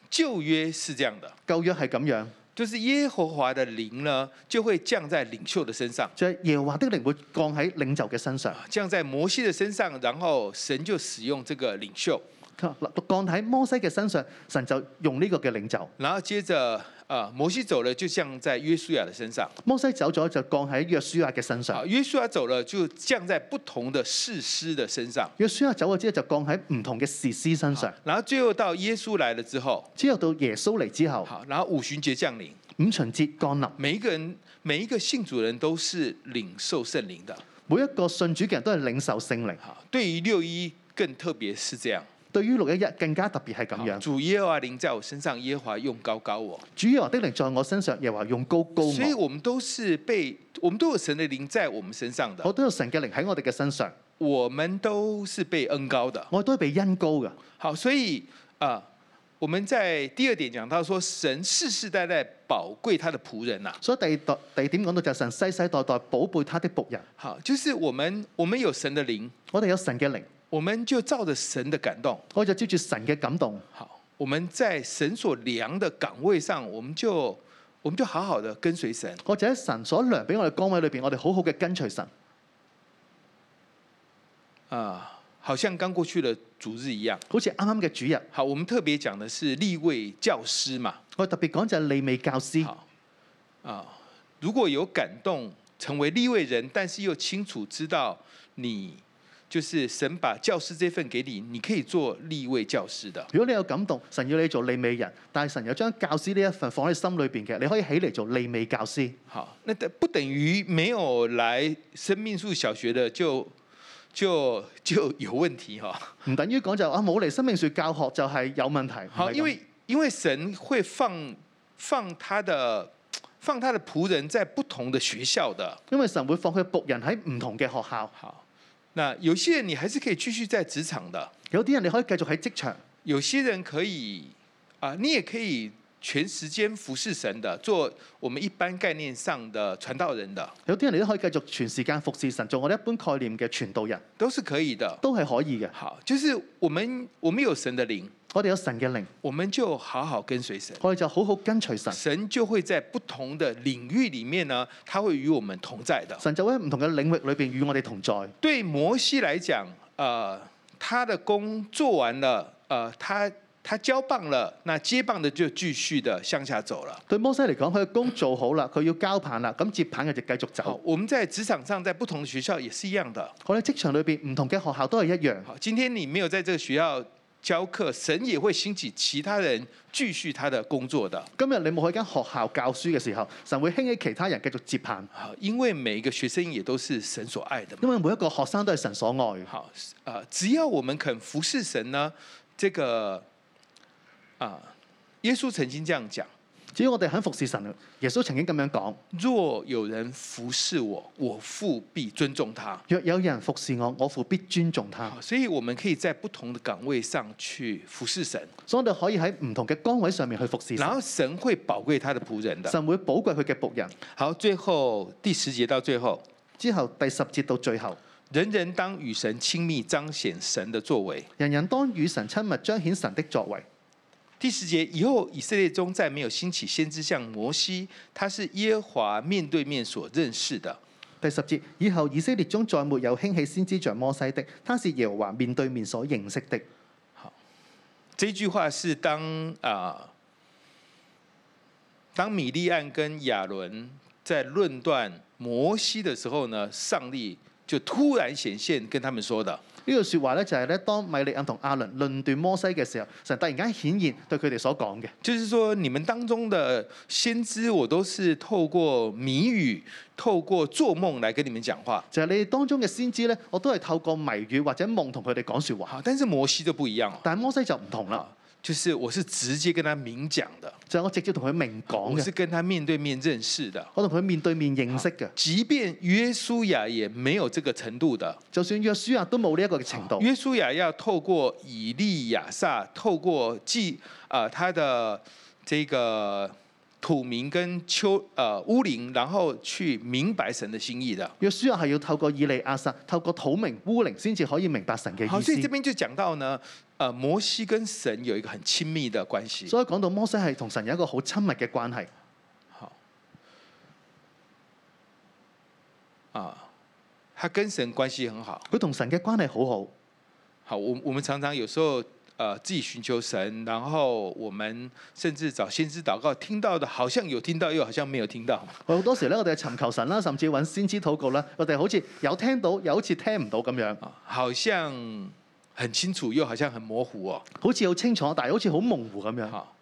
Speaker 2: 舊約是這樣的，
Speaker 3: 舊約係咁樣，
Speaker 2: 就是耶和華的靈呢，就會降在領袖的身上，
Speaker 3: 就係、耶和華的靈會降喺領袖嘅身上，
Speaker 2: 降在摩西的身上，然後神就使用這個領袖，
Speaker 3: 降喺摩西嘅身上，神就用呢個嘅領袖。
Speaker 2: 然後接着呃，摩西走了，就降在約書亞的身上，
Speaker 3: 摩西走咗就降喺約書亞嘅身
Speaker 2: 好，
Speaker 3: 上，
Speaker 2: 約書亞走了，就降在不同的士師的身上，
Speaker 3: 約書亞走咗之後就降喺唔同嘅士師身上。
Speaker 2: 然後最後到耶穌來了之後，
Speaker 3: 之後到耶穌嚟之後，
Speaker 2: 好，然後五旬節降臨，
Speaker 3: 五旬節降臨，
Speaker 2: 每一個人每一個信主人都是領受聖靈的，
Speaker 3: 每一個信主嘅人都係領受聖靈。
Speaker 2: 好，對於六一更特別是這樣。
Speaker 3: 對於六一一更加特別係咁
Speaker 2: 好
Speaker 3: 樣，
Speaker 2: 主耶和華靈在我身上，耶和華用高高我。
Speaker 3: 主耶和華的靈在我身上，耶和華用高高
Speaker 2: 所以
Speaker 3: 我，
Speaker 2: 我们都是被我们都有神的灵在我们身上
Speaker 3: 我
Speaker 2: 的，
Speaker 3: 都有神嘅靈喺我哋嘅身上，
Speaker 2: 我们都是被恩高的。
Speaker 3: 我都係被恩高嘅。
Speaker 2: 好，所以啊、呃我们在第二点讲到说，神世世代代宝贵他的仆人啊呐、
Speaker 3: 所以第二代第二點講到就係神世世代代寶貝他的仆人，
Speaker 2: 好，就是我们我们有神的灵，
Speaker 3: 我哋有神嘅靈，
Speaker 2: 我们就照着神的感动，
Speaker 3: 我就照住神嘅感動，
Speaker 2: 好，我们在神所量的岗位上，我们就我们就好好的跟随神，
Speaker 3: 我就喺神所量俾我哋崗位裏邊，我哋好好嘅跟隨神，
Speaker 2: 啊，好像刚过去的主日一样。
Speaker 3: 好似啱啱嘅主日，
Speaker 2: 好，我们特别讲的是立位教师嘛。
Speaker 3: 我特別講就係利未教師。
Speaker 2: 好，啊，如果有感动，成为立位人，但是又清楚知道你就是神把教师这份给你，你可以做立位教师的。
Speaker 3: 如果你有感動，神要你做利未人，但係神又將教師呢一份放喺心裏邊嘅，你可以起嚟做利未教師。
Speaker 2: 好，那等不等于没有来生命树小学的就就就有问题哈、
Speaker 3: 唔等於講就啊冇嚟生命樹教學就係有問題。唔係
Speaker 2: 好，
Speaker 3: 咁
Speaker 2: 因為因为神会放放他的放他的仆人在不同的学校的。
Speaker 3: 因為神會放佢仆人喺唔同嘅學校，
Speaker 2: 好，那有些人你还是可以繼續在職場的，
Speaker 3: 有啲人你可以繼續喺職場，
Speaker 2: 有些人可以啊，你也可以全時間服侍神的，做我們一般概念上的傳道人的，
Speaker 3: 有啲人你都可以繼續全時間服侍神，做我哋一般概念嘅傳道人，
Speaker 2: 都是可以的。
Speaker 3: 都係可以嘅。
Speaker 2: 好，就是我們我們有神的靈，
Speaker 3: 我哋有神嘅靈，
Speaker 2: 我們就好好跟隨神。
Speaker 3: 我哋就好好跟隨神，
Speaker 2: 神就會在不同的領域裡面呢，他會與我們同在的。
Speaker 3: 神就會喺唔同嘅領域裏邊與我哋同在。
Speaker 2: 对摩西来讲，呃，他的工做完了，呃，他他交棒了，那接棒的就繼續的向下走了。
Speaker 3: 對摩西嚟講，佢嘅工做好啦，佢要交棒啦，咁接棒嘅就繼續
Speaker 2: 好
Speaker 3: 走。，
Speaker 2: 我們在職場上，在不同的學校也是一樣的。
Speaker 3: 我哋職場裏邊唔同嘅學校都係一樣。
Speaker 2: 好，今天你没有在這個學校教課，神也會興起其他人繼續他的工作的。
Speaker 3: 今日你冇去間學校教書嘅時候，神會興起其他人繼續接棒，
Speaker 2: 好，因為每一個學生也都是神所愛的嘛。
Speaker 3: 因為每一個學生都係神所愛嘅。
Speaker 2: 好，呃，只要我們肯服侍神呢，這個啊、耶穌曾經這樣講。
Speaker 3: 只要我哋肯服侍神，耶穌曾經咁樣講：
Speaker 2: 若有人服侍我，我父必尊重他。啊
Speaker 3: 若有人服侍我，我父必尊重他。
Speaker 2: 好，所以我們可以在不同的崗位上去服侍神，
Speaker 3: 所以我哋可以喺唔同嘅崗位上面去服侍
Speaker 2: 然
Speaker 3: 神，
Speaker 2: 後神會寶貴他的仆人的。
Speaker 3: 神會寶貴佢嘅仆人。
Speaker 2: 好，最後第十節到最後，
Speaker 3: 之後第十節到最後，
Speaker 2: 人人當與神親密，彰顯神的作為。
Speaker 3: 人人當與神親密，彰顯神的作為。
Speaker 2: 第十節以後，以色列中再沒有興起先知像摩西，他是耶和華面對面所認識的。
Speaker 3: 第十節以後，以色列中再沒有興起先知像摩西的，他是耶和華面對面所認識的。
Speaker 2: 这句話是當啊、當米利暗跟亞倫在論斷摩西的時候呢，上帝就突然顯現跟他們說的。
Speaker 3: 呢句説話咧就係咧，當米利暗同亞倫論斷摩西嘅時候，神突然間顯現對佢哋所講嘅，
Speaker 2: 就是說，你們當中的先知，我都是透過謎語、透過做夢來跟你們講話。
Speaker 3: 就係你哋當中嘅先知咧，我都係透過謎語或者夢同佢哋講説話。
Speaker 2: 好，但是摩西就不一樣哦，
Speaker 3: 但係摩西就唔同啦，
Speaker 2: 就是我是直接跟他明講的，
Speaker 3: 就係我直接同佢明講
Speaker 2: 我
Speaker 3: 嘅
Speaker 2: 是，跟他面對面認識的。
Speaker 3: 我同佢面對面認識嘅。
Speaker 2: 即便約書亞也沒有這個程度的，
Speaker 3: 就算約書亞都冇呢一個嘅程度，
Speaker 2: 约书亚要透过以利亚撒，透过祭啊、呃他的这个土民跟丘呃乌林，然后去明白神的心意的。
Speaker 3: 約書亞係要透過以利亞撒、透過土明烏靈先至可以明白神嘅
Speaker 2: 好，
Speaker 3: 意
Speaker 2: 所以这
Speaker 3: 思。
Speaker 2: 边就讲到呢，呃，摩西跟神有一个很亲密的关系。
Speaker 3: 所以講到摩西係同神有一個好親密嘅關係。
Speaker 2: 好，啊，他跟神关系很好。
Speaker 3: 佢同神嘅關係好好。
Speaker 2: 好，我我们常常有时候呃自己寻求神，然后我们甚至找先知祷告，听到的好像有听到，又好像没有听到。
Speaker 3: 我好多時咧，我哋係尋求神啦，甚至揾先知禱告啦。我哋好似有聽到，又好似聽唔到咁樣，
Speaker 2: 啊，好像很清楚，又好像很模糊哦。
Speaker 3: 好似好清楚，但係好似好模糊咁樣。
Speaker 2: 好，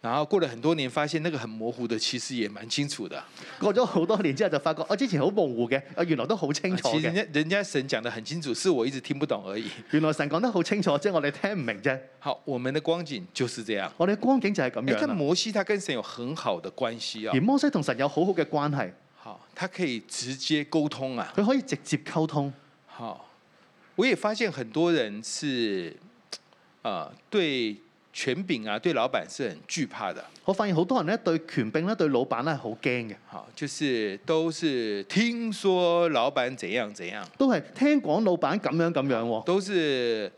Speaker 2: 然后过了很多年，发现那个很模糊的，其实也蛮清楚的。
Speaker 3: 過咗好多年之後，就發覺我哦之前好模糊嘅，哦我原來都好清楚
Speaker 2: 啊其实人
Speaker 3: 嘅。
Speaker 2: 家人家神講得很清楚，是我一直聽不懂而已。
Speaker 3: 原來神講得好清楚，即係我哋聽唔明啫。
Speaker 2: 好，我們的光景就是這樣。
Speaker 3: 我哋光景就係咁
Speaker 2: 哎，
Speaker 3: 樣
Speaker 2: 但
Speaker 3: 啦。
Speaker 2: 摩西他跟神有很好的關係
Speaker 3: 而
Speaker 2: 啊，
Speaker 3: 摩西同神有好好嘅關係，
Speaker 2: 好，他可以直接溝通啊。
Speaker 3: 佢可以直接溝通。
Speaker 2: 好，我也发现很多人是，呃，对权柄啊，对老板是很惧怕的。
Speaker 3: 我發現好多人咧對權柄咧對老闆咧係好驚嘅，
Speaker 2: 好，就是都是听说老板怎样怎样，
Speaker 3: 都係聽講老闆咁樣咁樣喎，
Speaker 2: 都是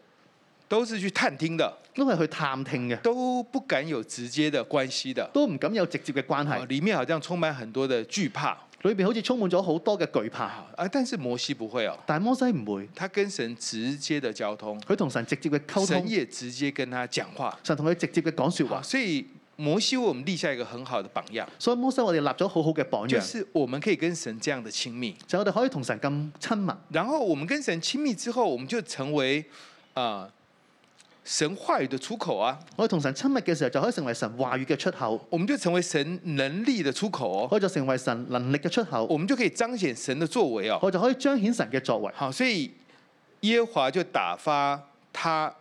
Speaker 2: 都是去探聽的，
Speaker 3: 都係去探聽嘅，
Speaker 2: 都不敢有直接的關係的。
Speaker 3: 都唔敢有直接嘅關
Speaker 2: 啊
Speaker 3: 係。
Speaker 2: 裡面好像充滿很多的懼怕
Speaker 3: 裏邊好似充滿咗好多嘅懼怕，
Speaker 2: 啊，但是摩西不會哦，
Speaker 3: 但係摩西唔會，
Speaker 2: 他跟神直接的交通，
Speaker 3: 佢同神直接嘅溝
Speaker 2: 神
Speaker 3: 通，
Speaker 2: 也直接跟他講話。
Speaker 3: 神同佢直接嘅講説
Speaker 2: 好
Speaker 3: 話。
Speaker 2: 所以摩西為我們立下一個很好的榜樣，
Speaker 3: 所以摩西我哋立咗好好嘅榜樣，
Speaker 2: 就
Speaker 3: 就係、
Speaker 2: 是我們可以跟神這樣的親密。
Speaker 3: 我哋可以同神咁親密。
Speaker 2: 然後我們跟神親密之後，我們就成為啊、呃神話語的出口啊，
Speaker 3: 我哋同神親密嘅時候，就可以成為神話語嘅出口，
Speaker 2: 我們就成為神能力的出口哦，
Speaker 3: 我就成為神能力嘅出口，
Speaker 2: 我們就可以彰顯神的作為哦。
Speaker 3: 我就可以彰顯神嘅作為。
Speaker 2: 好，所以耶和華就打發他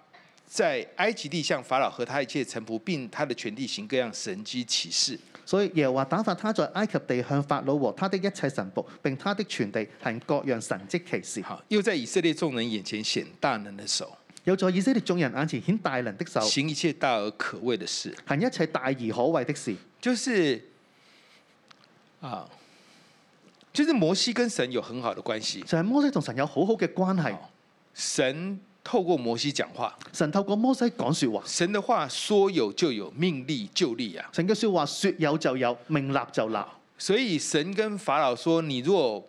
Speaker 2: 在埃及地向法老和他一切臣僕，并他的全地行各樣神迹奇事。
Speaker 3: 所以耶和華打發他在埃及地向法老和他的一切神仆，並他的全地行各樣神蹟奇事，
Speaker 2: 好，又在以色列众人眼前顯大能的手，
Speaker 3: 又在以色列眾人眼前顯大能的手，
Speaker 2: 行一切大而可畏的事。
Speaker 3: 行一切大而可畏的事。
Speaker 2: 就是啊，就是摩西跟神有很好的關係，
Speaker 3: 就係摩西同神有好好嘅關係，
Speaker 2: 神透過摩西講話，
Speaker 3: 神透過摩西講説話，
Speaker 2: 神的話說有就有，命立就立啊。
Speaker 3: 神嘅説話説有就有，命立就立。
Speaker 2: 所以神跟法老說：“你若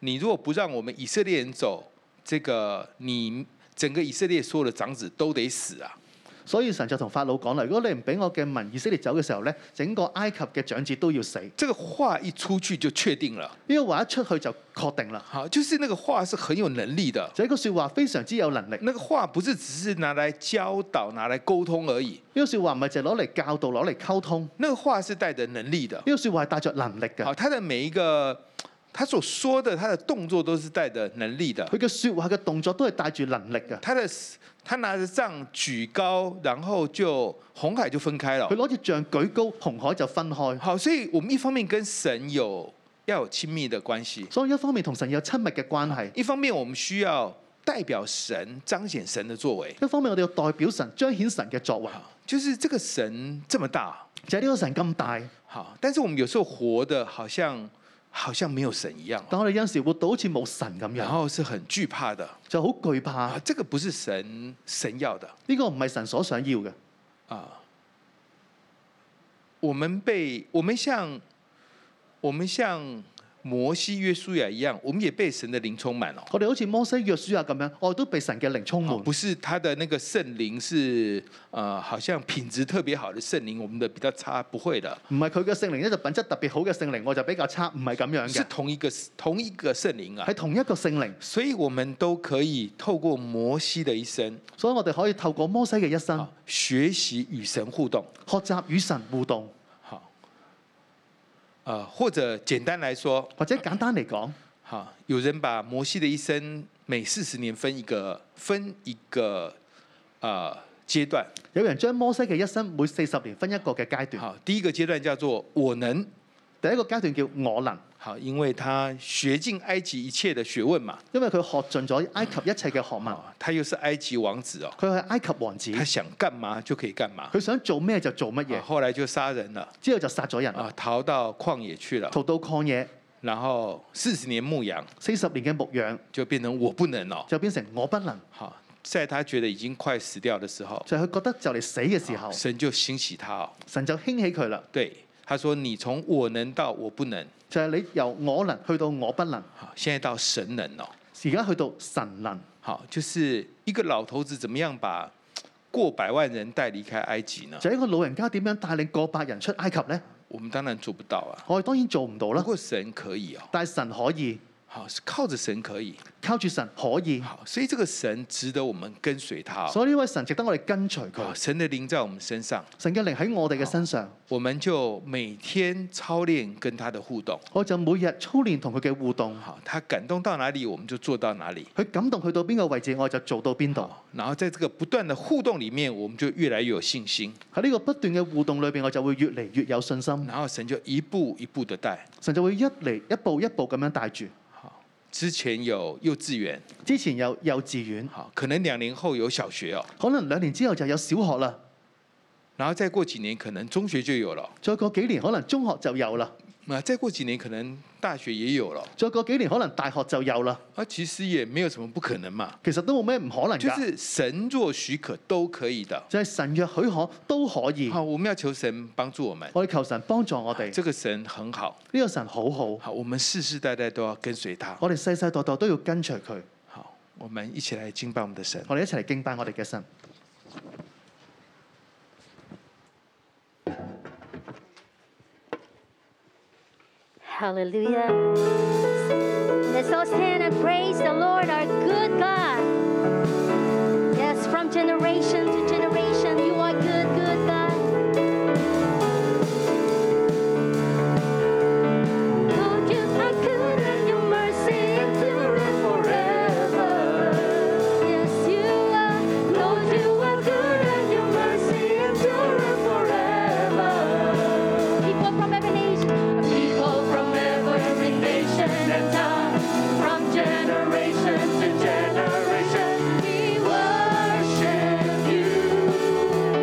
Speaker 2: 你若不讓我们以色列人走，这个你整个以色列所有的长子都得死啊
Speaker 3: 所以神就同法老講啦：如果你唔俾我嘅民以色列走嘅時候咧，整個埃及嘅長子都要死。！”
Speaker 2: 这個話一出去就確定了，
Speaker 3: 呢個話一出去就確定啦，
Speaker 2: 好，就是那個話是很有能力的。
Speaker 3: 就係呢個説話非常之有能力。呢、
Speaker 2: 那個話不是只是拿來教導、拿來溝通而已，
Speaker 3: 個説話唔係就係攞嚟教導、攞嚟溝通，呢、
Speaker 2: 那個話是帶着能力的。
Speaker 3: 個説話係帶着能力
Speaker 2: 好，
Speaker 3: 嘅。
Speaker 2: 他的每一個他所說的，他的動作都是帶着能力的。
Speaker 3: 佢嘅説話嘅動作都係帶住能力嘅。
Speaker 2: 他的他拿着杖舉高，然後就紅海就分開了
Speaker 3: 佢。攞住杖舉高，紅海就分開。
Speaker 2: 好，所以我們一方面跟神有要有親密的關係，
Speaker 3: 所以一方面同神有親密嘅關係，
Speaker 2: 一方面我們需要代表神彰顯神的作為。
Speaker 3: 一方面我哋要代表神彰顯神嘅作為。
Speaker 2: 好，就是這個神這麼大，
Speaker 3: 就係呢個神咁大，
Speaker 2: 好，但是我們有時候活的好像好像沒有神一樣哦，
Speaker 3: 但我哋有陣時活到好似冇神咁
Speaker 2: 然
Speaker 3: 樣，
Speaker 2: 後是很懼怕的
Speaker 3: 就好懼怕。
Speaker 2: 啊，
Speaker 3: 呢、
Speaker 2: 這個不是神神要的。
Speaker 3: 個唔係神所想要嘅。
Speaker 2: 啊，我们被我们像我们像摩西、约书亚一樣，我们也被神的靈充滿哦。
Speaker 3: 我哋好似摩西、約書亞咁樣，我哋都被神嘅靈充
Speaker 2: 好
Speaker 3: 滿
Speaker 2: 哦不，是他的那個聖靈是呃，好像品質特別好的聖靈，我們的比較差，不會的，
Speaker 3: 唔係佢嘅聖靈咧就品質特別好嘅聖靈，我就比較差，唔係咁樣
Speaker 2: 是
Speaker 3: 嘅，
Speaker 2: 同一個同一個聖靈
Speaker 3: [laughs]
Speaker 2: 啊
Speaker 3: 係。同一個聖靈，
Speaker 2: 所以我們都可以透過摩西的一生，
Speaker 3: 所以我哋可以透過摩西嘅一生
Speaker 2: 啊，學習與神互動。
Speaker 3: 學習與神互動，
Speaker 2: 好，呃，或者簡單來說，
Speaker 3: 或者簡單嚟講，
Speaker 2: 好，有人把摩西的一生每四十年分一個分一個呃階段。
Speaker 3: 有人將摩西嘅一生每四十年分一個嘅階段，
Speaker 2: 好，第一個階段叫做我能。
Speaker 3: 第一個階段叫我能，
Speaker 2: 好，因為他學盡埃及一切的學問嘛，
Speaker 3: 因為佢學盡咗埃及一切嘅學問，
Speaker 2: 啊，他又是埃及王子哦，
Speaker 3: 佢係埃及王子，
Speaker 2: 他想幹嘛就可以幹嘛。
Speaker 3: 佢想做咩就做乜
Speaker 2: 啊
Speaker 3: 嘢，
Speaker 2: 後來就殺人了，
Speaker 3: 之後就殺咗人啦。
Speaker 2: 啊，逃到曠野去了，
Speaker 3: 逃到曠野
Speaker 2: 然後四十年牧羊
Speaker 3: 四十年嘅牧羊，
Speaker 2: 就變成我不能哦。
Speaker 3: 就變成我不能，
Speaker 2: 好，在他覺得已經快死掉的時候，
Speaker 3: 就係佢覺得就嚟死嘅時候，
Speaker 2: 神就興起他哦。
Speaker 3: 神就興起佢啦。
Speaker 2: 對，他說：“你從我能到我不能，
Speaker 3: 就係你由我能去到我不能，
Speaker 2: 好，現在到神人哦。
Speaker 3: 而家去到神能，
Speaker 2: 好，就是一個老頭子怎麼樣把過百萬人帶離開埃及呢？
Speaker 3: 就係一個老人家點樣帶領過百人出埃及呢？
Speaker 2: 我們當然做不到啊。
Speaker 3: 我哋當然做唔到
Speaker 2: 不
Speaker 3: 啦，
Speaker 2: 過神可以哦，
Speaker 3: 但係神可以，
Speaker 2: 好，是靠着神可以。
Speaker 3: 靠住神可以，
Speaker 2: 好，所以這個神值得我們跟隨他哦、
Speaker 3: 所以呢位神值得我哋跟隨
Speaker 2: 好，
Speaker 3: 佢。
Speaker 2: 神的靈在我們身上，
Speaker 3: 神嘅靈喺我哋嘅身上，
Speaker 2: 我們就每天操練跟他的互動。
Speaker 3: 我就每日操練同佢嘅互動。
Speaker 2: 好，他感動到哪裡，我們就做到哪裡。
Speaker 3: 佢感動去到邊個位置，我就做到邊度。
Speaker 2: 然後在這個不斷的互動裡面，我們就越來越有信心。
Speaker 3: 喺呢個不斷嘅互動裏邊，我就會越嚟越有信心。
Speaker 2: 然後神就一步一步的帶。
Speaker 3: 神就會一嚟一步一步咁樣帶住。
Speaker 2: 之前有幼稚園，
Speaker 3: 之前有幼稚園，
Speaker 2: 好，可能兩年後有小學哦，
Speaker 3: 可能兩年之後就有小學啦，
Speaker 2: 然後再過幾年可能中學就有了，
Speaker 3: 再過幾年可能中學就有啦，
Speaker 2: 那再过几年可能大学也有了，
Speaker 3: 再過幾年可能大學就有啦。
Speaker 2: 啊，其实也没有什么不可能嘛，
Speaker 3: 其實都冇咩唔可能
Speaker 2: 就
Speaker 3: 㗎，
Speaker 2: 是神若许可都可以的。
Speaker 3: 就係神若許可都可以。
Speaker 2: 好，我们要求神帮助我们，
Speaker 3: 我哋求神幫助我哋，呢
Speaker 2: 这个神很好，
Speaker 3: 個神好好，
Speaker 2: 好，我们世世代代都要跟随他。
Speaker 3: 我哋世世代代都要跟隨佢。
Speaker 2: 好，我们一起来敬拜我们的神。
Speaker 3: 我哋一齊嚟敬拜我哋嘅神。
Speaker 4: Hallelujah. Let's all stand and praise the Lord, our good God. Yes, from generation to generation, you are good, good God. Lord, you are good and your mercy endureth forever. Yes, you are. Lord, you are good and your mercy endureth forever. People from every nation.
Speaker 5: People from every nation and tongue, from generation to generation, we worship you.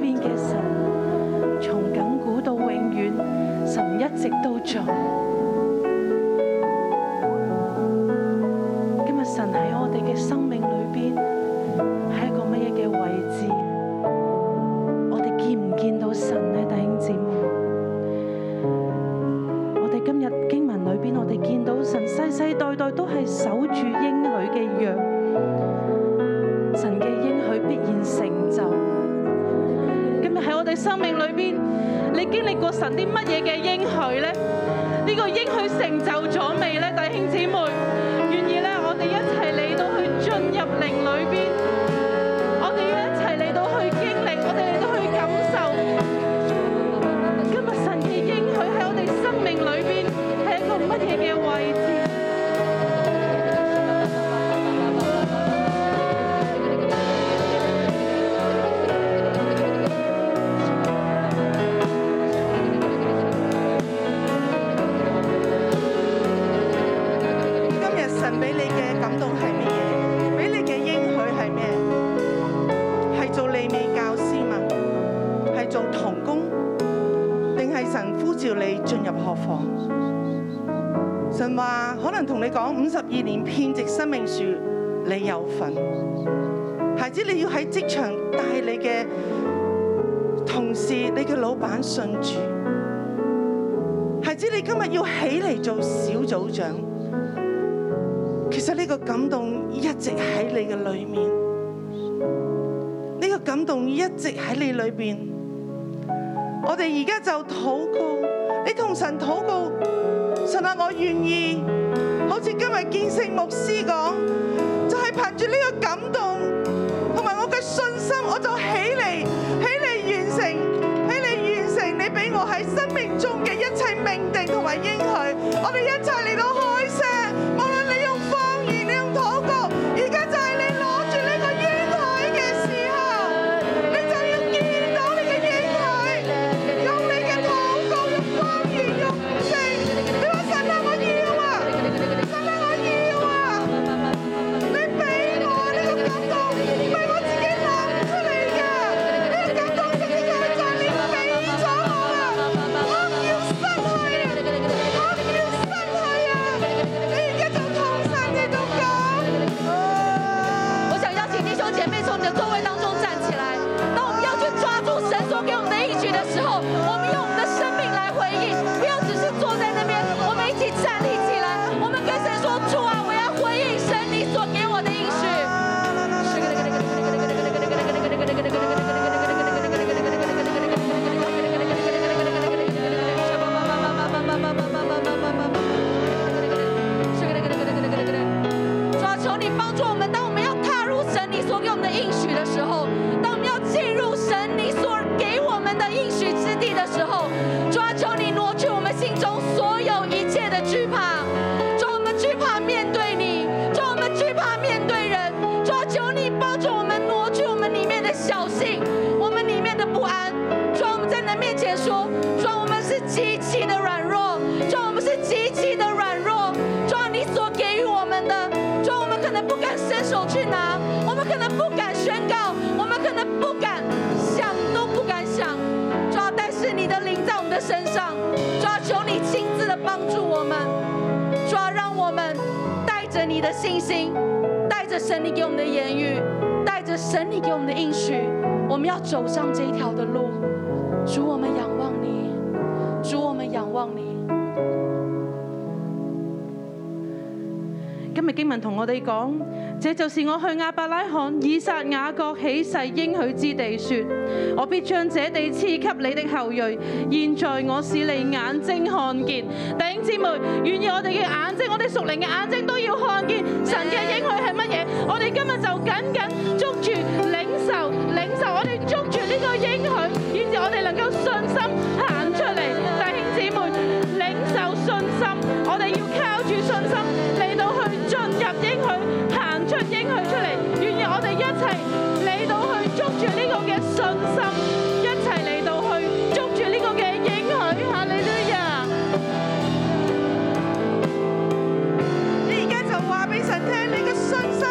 Speaker 6: 變嘅神，從亘古到永遠，神一直都在。今日神喺我哋嘅生命裏邊係一個乜嘢嘅位置？我哋見唔見到神呢，弟兄姊妹？我哋今日經文裏邊，我哋見到神世世代代都係守住應許嘅約，神嘅應許必然成就。今日喺我哋生命裏邊，你經歷過神啲乜嘢嘅應許呢？呢、個應許成就咗未呢？弟兄姊妹，願意呢，我哋一齊嚟到去進入靈裏邊，我哋要一齊嚟到去經歷，我哋嚟到去感受。今日神嘅應許喺我哋生命裏邊係一個乜嘢嘅位置？
Speaker 7: 今日神俾你嘅感動係乜嘢？俾你嘅應許係咩？係做利未教師嘛？係做童工，定係神呼召你進入學房？神話可能同你講五十二年遍植生命樹，你有份。孩子，你要喺職場帶你嘅同事、你嘅老闆信主。孩子，你今日要起嚟做小組長。其實呢個感動一直喺你嘅裏面，呢、個感動一直喺你裏邊。我哋而家就禱告，你同神禱告，神啊，我願意，好似今日見聖牧師講，就係、憑住呢個感動同埋我嘅信心，我就起嚟，起嚟完成，起嚟完成你俾我喺生命中嘅一切命定同埋應許。我哋一齊嚟到開聲，無論你用方言，你用禱告，而家就係你攞住呢個應許嘅時候，你就要見到你嘅應許，用你嘅禱告，用方言，用聲，你話神啊，我要啊，神啊，我要啊！你俾我呢個感動，唔係我自己諗出嚟㗎，呢個感動實實在在你俾咗我啊！我唔要失去啊！我唔要失去啊！你而家就同神喺度講。
Speaker 5: 我想邀请弟兄姐妹从你的座位当中站起来。当我们要去抓住神所给我们的应许的时候，我们用我们的生命来回应，不要只是坐在那边。我们一起站立起来，我们跟神说：“主啊，我要回应神你所给我的应许。”主啊，求你帮助我们，当我们要踏入神你所给我们的应许的时候，当我们要进入神你所给我们的应许之地的时候，主啊，求你挪去我们心中所有一切的惧怕，主啊，我们惧怕面对你，主啊，我们惧怕面对人，主啊，求你帮助我们挪去我们里面的小性，我们里面的不安，主啊，我们在你的面前说，主啊，我们是极其的软弱，主啊，我们是极其的软弱，主啊，你所给予我们的，主啊，我们可能不敢伸手去拿，我们可能不敢宣告，我们可能不敢想都不敢想，主啊，但是你的灵在我们的身上，主啊，求你亲自的帮助我们，主啊，让我们带着你的信心，带着神你给我们的言语，带着神你给我们的应许，我们要走上这一条的路，主，我们仰望你，主，我们仰望你。
Speaker 6: 今日經文同我哋講，這就是我去亞伯拉罕、以撒、雅各起誓應許之地，說：我必將這地賜給你的後裔。現在我使你眼睛看見，弟兄姊妹，願意我哋嘅眼睛，我哋屬靈嘅眼睛都要看見神嘅應許係乜嘢。我哋今日就緊緊捉住領受，領受，我哋捉住呢個應許，以致我哋能夠信心行出嚟。弟兄姊妹，領受信心，我哋要靠住信心嚟到去進入應許，行出應許出嚟。願意我哋一齊嚟到去捉住呢個嘅信心，一齊嚟到去捉住呢個嘅應許。哈利路亞！
Speaker 7: 你而家就話俾神聽，你嘅信心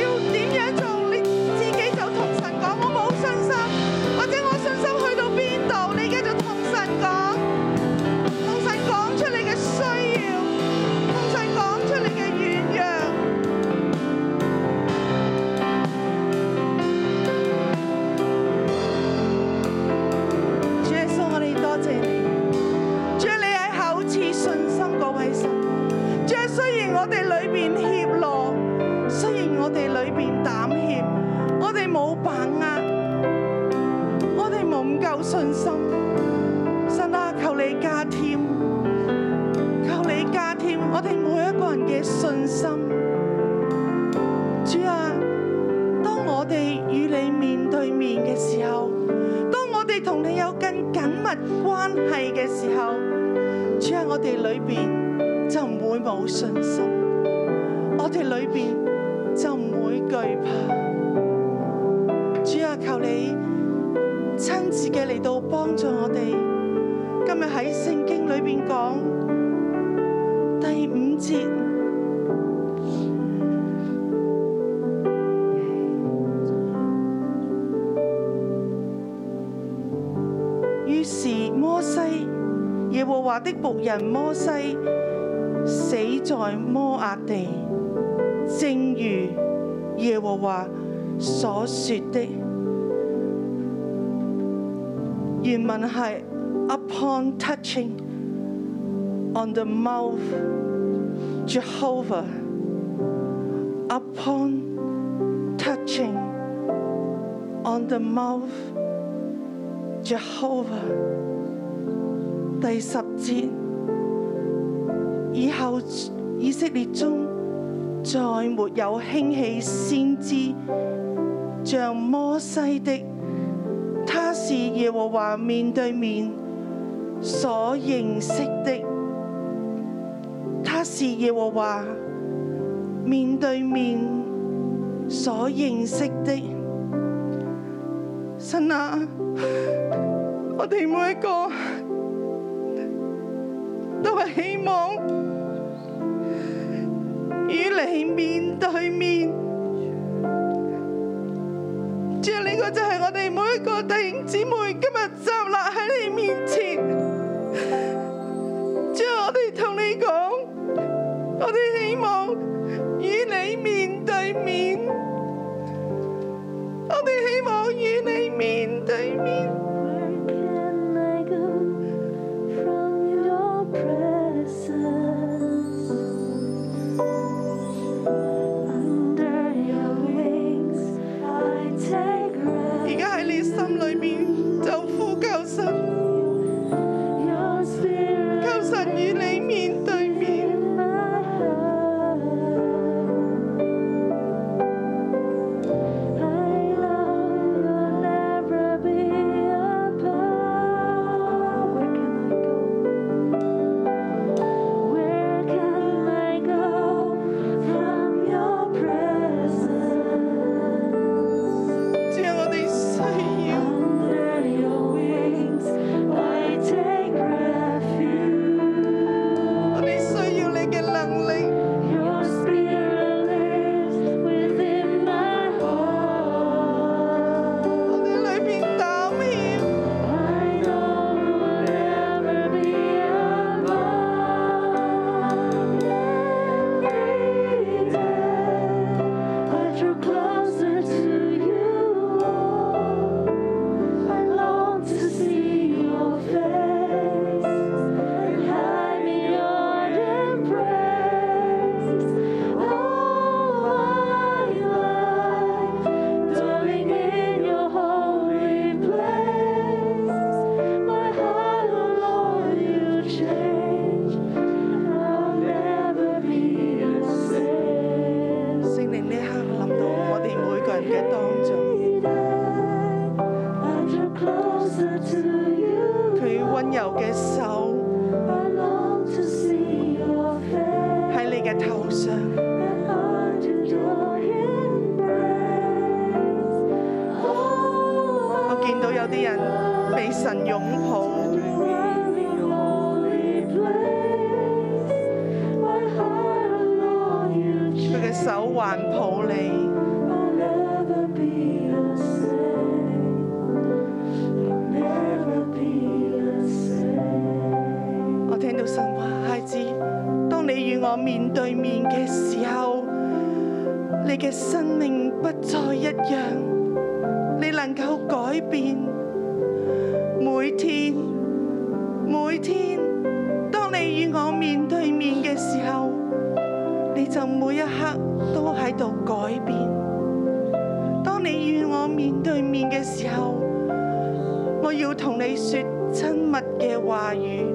Speaker 7: 要點樣做？你自己就同神講：我冇信心，啊啊唔夠信心。神啊，求你加添，求你加添我哋每一個人嘅信心。主啊，當我哋與你面對面嘅時候，當我哋同你有更緊密關係嘅時候，主啊，我哋裏邊就唔會冇信心，我哋裏邊就唔會懼怕。主啊，求你親自嘅嚟到幫助我哋。今日喺聖經裏邊講第五節，於是摩西耶和華的僕人摩西死在摩押地，正如耶和華所說的。原文係 upon touching on the mouth Jehovah upon touching on the mouth Jehovah 第十節以後以色列中再沒有興起先知像摩西的，他是耶和華面對面所認識的，他是耶和華面對面所認識的。神啊，我哋每一個都係希望與你面對面。主啊，呢個就係我哋每一個弟兄姊妹今日站立喺你面前。主啊，我哋同你講，我哋希望與你面對面，我哋希望與你面對面。而家喺你心裏面就呼求神，求神與你面對面。只有我哋需要。我哋需要你嘅能力，我哋裏邊膽怯，
Speaker 5: Closer to you, Lord. I long to see your face and hide me your embrace. All Oh, my life, dwelling in your holy place. My heart, oh Lord, you change. I'll never be the same.
Speaker 7: 聖靈呢刻臨到我哋每個人嘅當中，佢温柔嘅手喺你嘅頭上，我見到有啲人被神擁抱。佢嘅手環抱你，我聽到神話，孩子，當你與我面對面嘅時候，你嘅生命不再一樣，你能夠改變。每天，每天，當你與我面對面嘅時候，你就每一刻都喺度改變。當你與我面對面嘅時候，我要同你说亲密嘅话语，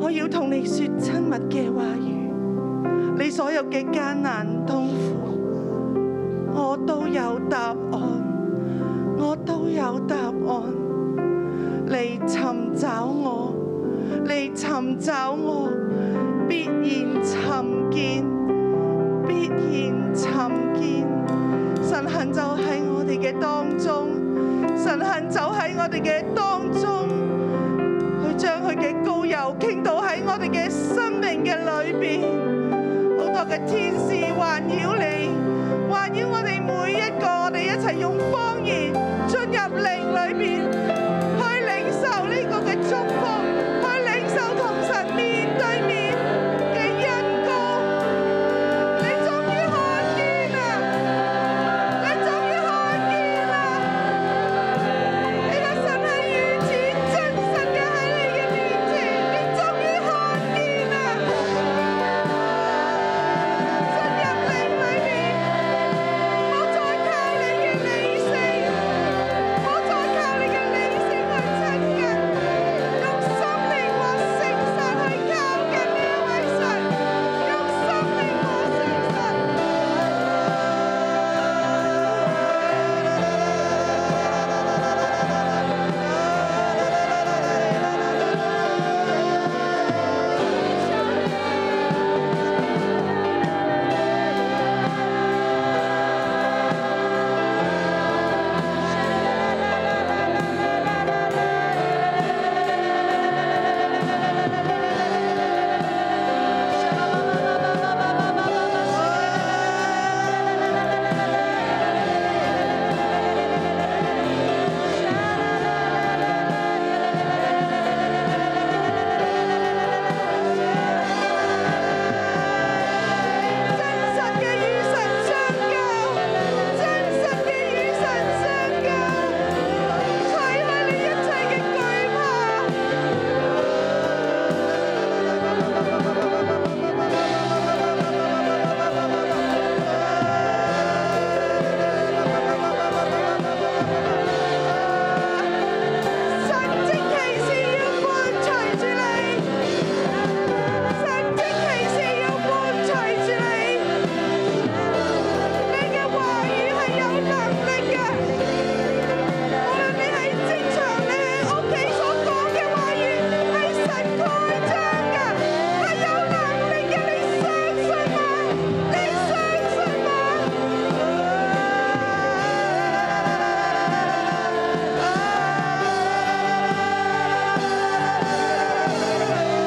Speaker 7: 我要同你说亲密嘅话语。你所有嘅艰难痛苦，我都有答案，我都有答案。嚟寻找我，嚟寻找我，必然寻见，必然寻见。神行就喺我哋嘅當中，神行就喺我哋嘅當中，佢將佢嘅高油傾倒喺我哋嘅生命嘅裏邊，好多嘅天使環繞你，環繞我哋每一個，我哋一齊用方言進入靈裏邊，去領受呢個嘅祝福，去領受同神面對面嘅恩膏。你終於看見啦！你終於看見啦！你嘅神係如此真實嘅喺你嘅面前，你終於看見啦！進入你裏面，唔好再靠你嘅理性，唔好再靠你嘅理性去親近，用心靈和誠實去靠近呢一位神，用心靈和誠實。真實嘅與神相交，真實嘅與神相交，除去你一切嘅懼怕。神蹟奇事要伴隨住你。神蹟奇事要伴隨住你，你嘅話語係有能力嘅。無論你喺職場，你喺屋企所講嘅話語係神蓋章嘅，係有能力嘅。你相信嗎？你相信嗎？聖靈求你大大嘅感動每一位弟兄姊妹，聖靈求你大大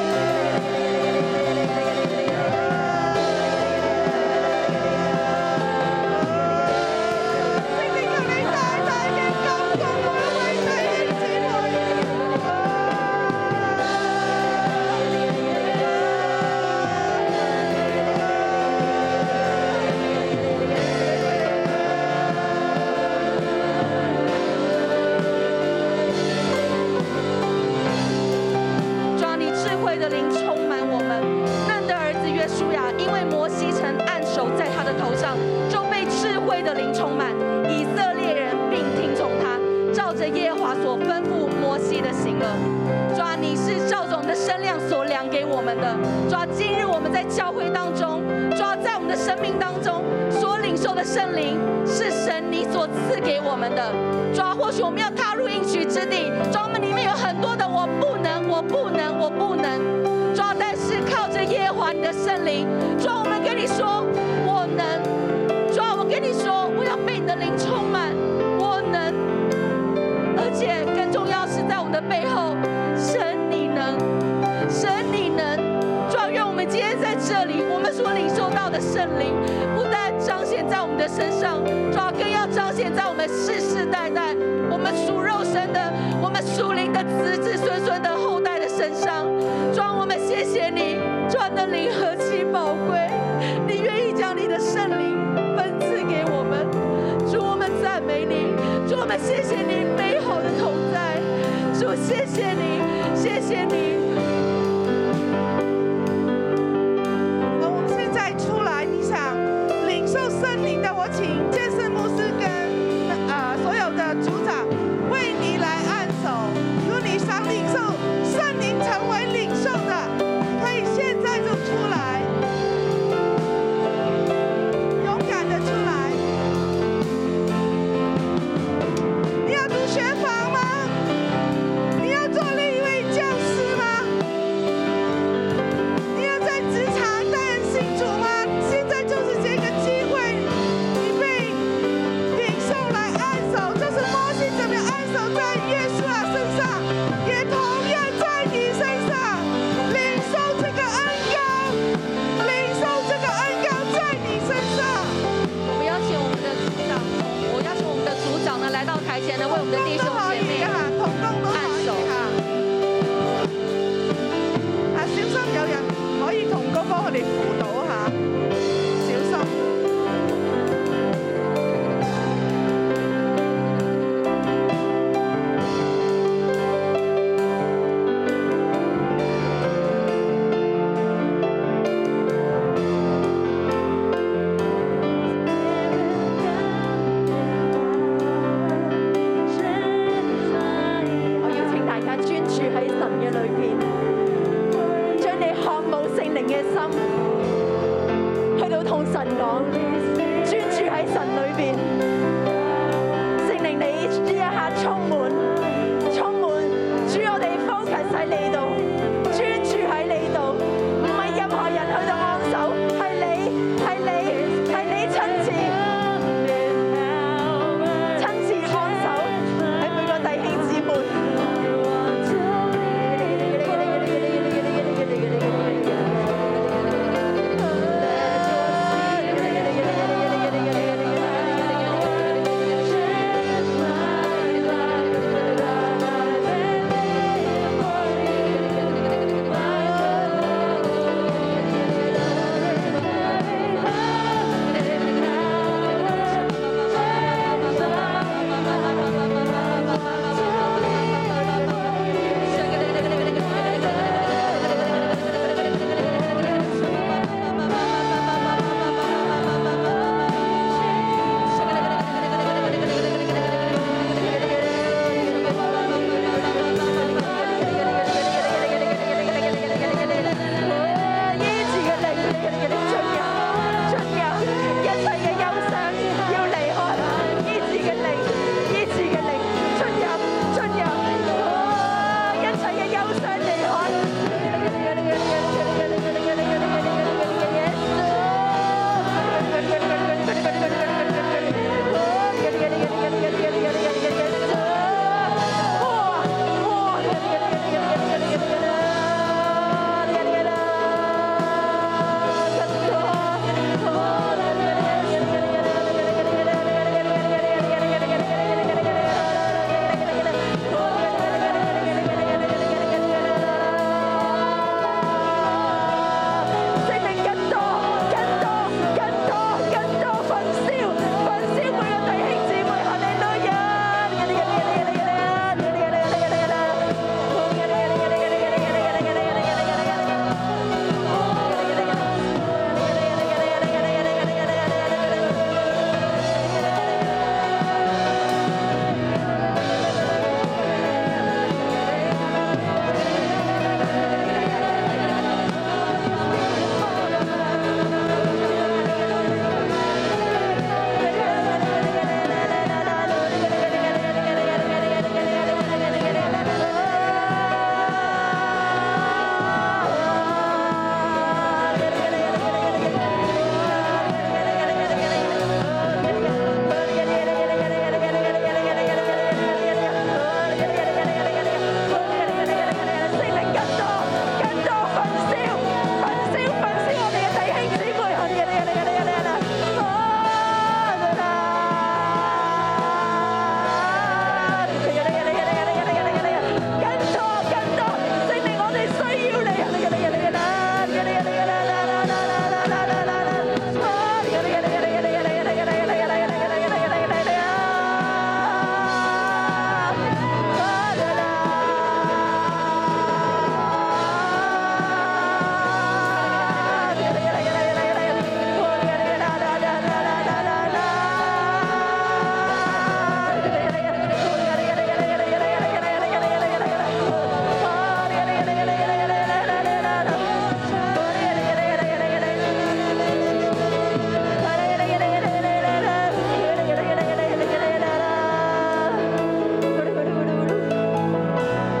Speaker 7: 嘅感動每一位弟兄姊妹，
Speaker 6: 主啊，你智慧的灵充满我们。难得儿子约书亚，因为摩西曾按手在他的头上，就被智慧的灵充满。以色列人并听从他，照着耶和华所吩咐摩西的行了。主啊，你是照着我们的身量所量给我们的。主啊，今日我们在教会当中，主啊，在我们的生命当中所领受的圣灵，是神你所赐给我们的。主啊，或许我们要踏入应许之地，主啊，我们里面有很多的我不能，我不能，我不能。主啊，但是靠着耶和华你的圣灵，主啊，我们跟你说，我能。主啊，我跟你说，我要被你的灵充满，我能。而且更重要是在我们的背后，神你能，神你能，主啊，愿我们今天在这里，我们所领受到的圣灵，不但彰显在我们的身上，主啊，更要彰显在我们世世代代，我们属肉身的，我们属灵的子子孙孙的后代的身上。主啊，我们谢谢你，主啊，你的灵何其宝贵，你愿意将你的圣灵分赐给我们。主，我们赞美你，主，我们谢谢你美好的同在，主，谢谢你，谢谢你。
Speaker 7: 好，我们现在出来，你想领受圣灵的，我请健身牧师跟呃所有的组长为你来可
Speaker 5: 姐
Speaker 7: 以
Speaker 5: 妹
Speaker 7: 噶吓，同工都可以吓。啊，小心有人唔可以同工幫我哋輔導吓，小心。
Speaker 6: 我邀請大家專注喺神嘅裏邊，將你渴慕聖靈嘅心，去到同神講，專注喺神裏邊。聖靈你呢一刻充滿，充滿，主我哋 focus 喺你度，專注喺你度，唔係任何人去到安守，係你，係你，係你親自，親自安守。喺每個弟兄姊妹。圣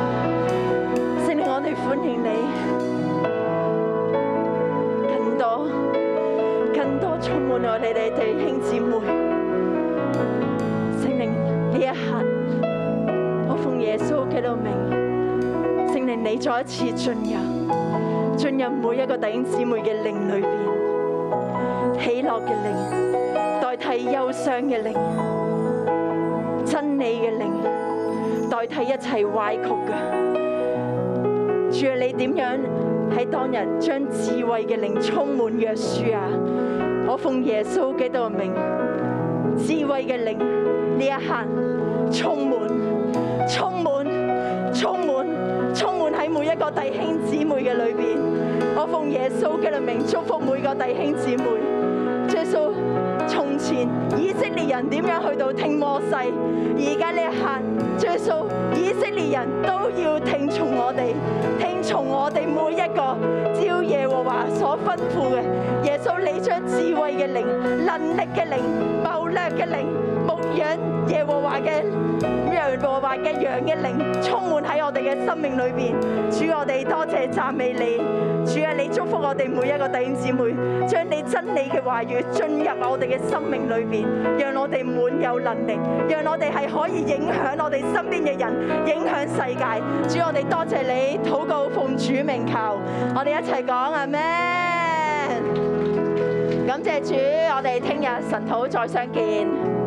Speaker 6: 灵，我哋欢迎你，更多、更多充满我哋嘅弟兄姊妹。圣灵呢一刻，我奉耶稣基督名，圣灵你再一次进入，进入每一个弟兄姊妹嘅灵里边，喜乐嘅灵代替忧伤嘅灵，真理嘅灵。替一切歪曲嘅。主啊，你點樣喺當日將智慧嘅靈充滿約書啊？我奉耶穌基督嘅名，智慧嘅靈呢一刻充滿，充滿，充滿，充滿喺每一個弟兄姊妹嘅裏邊。我奉耶穌基督嘅名祝福每個弟兄姊妹。耶穌，從前以色列人點樣去到聽摩西，而家呢一刻，耶穌，以色列人都要聽從我哋，聽從我哋每一個照耶和華所吩咐嘅。耶穌，你將智慧嘅靈、能力嘅靈、謀略嘅靈、牧養耶和華嘅耶和華嘅羊嘅靈，充滿喺我哋嘅生命裏邊。主，我哋多謝讚美你。主啊，你祝福我哋每一個弟兄姊妹，將你真理嘅話語進入我哋嘅生命裏邊，讓我哋滿有能力，讓我哋係可以影響我哋身邊嘅人，影響世界。主，我哋多謝你，禱告奉主名求，我哋一齊講阿咩？感謝主，我哋聽日神討再相見。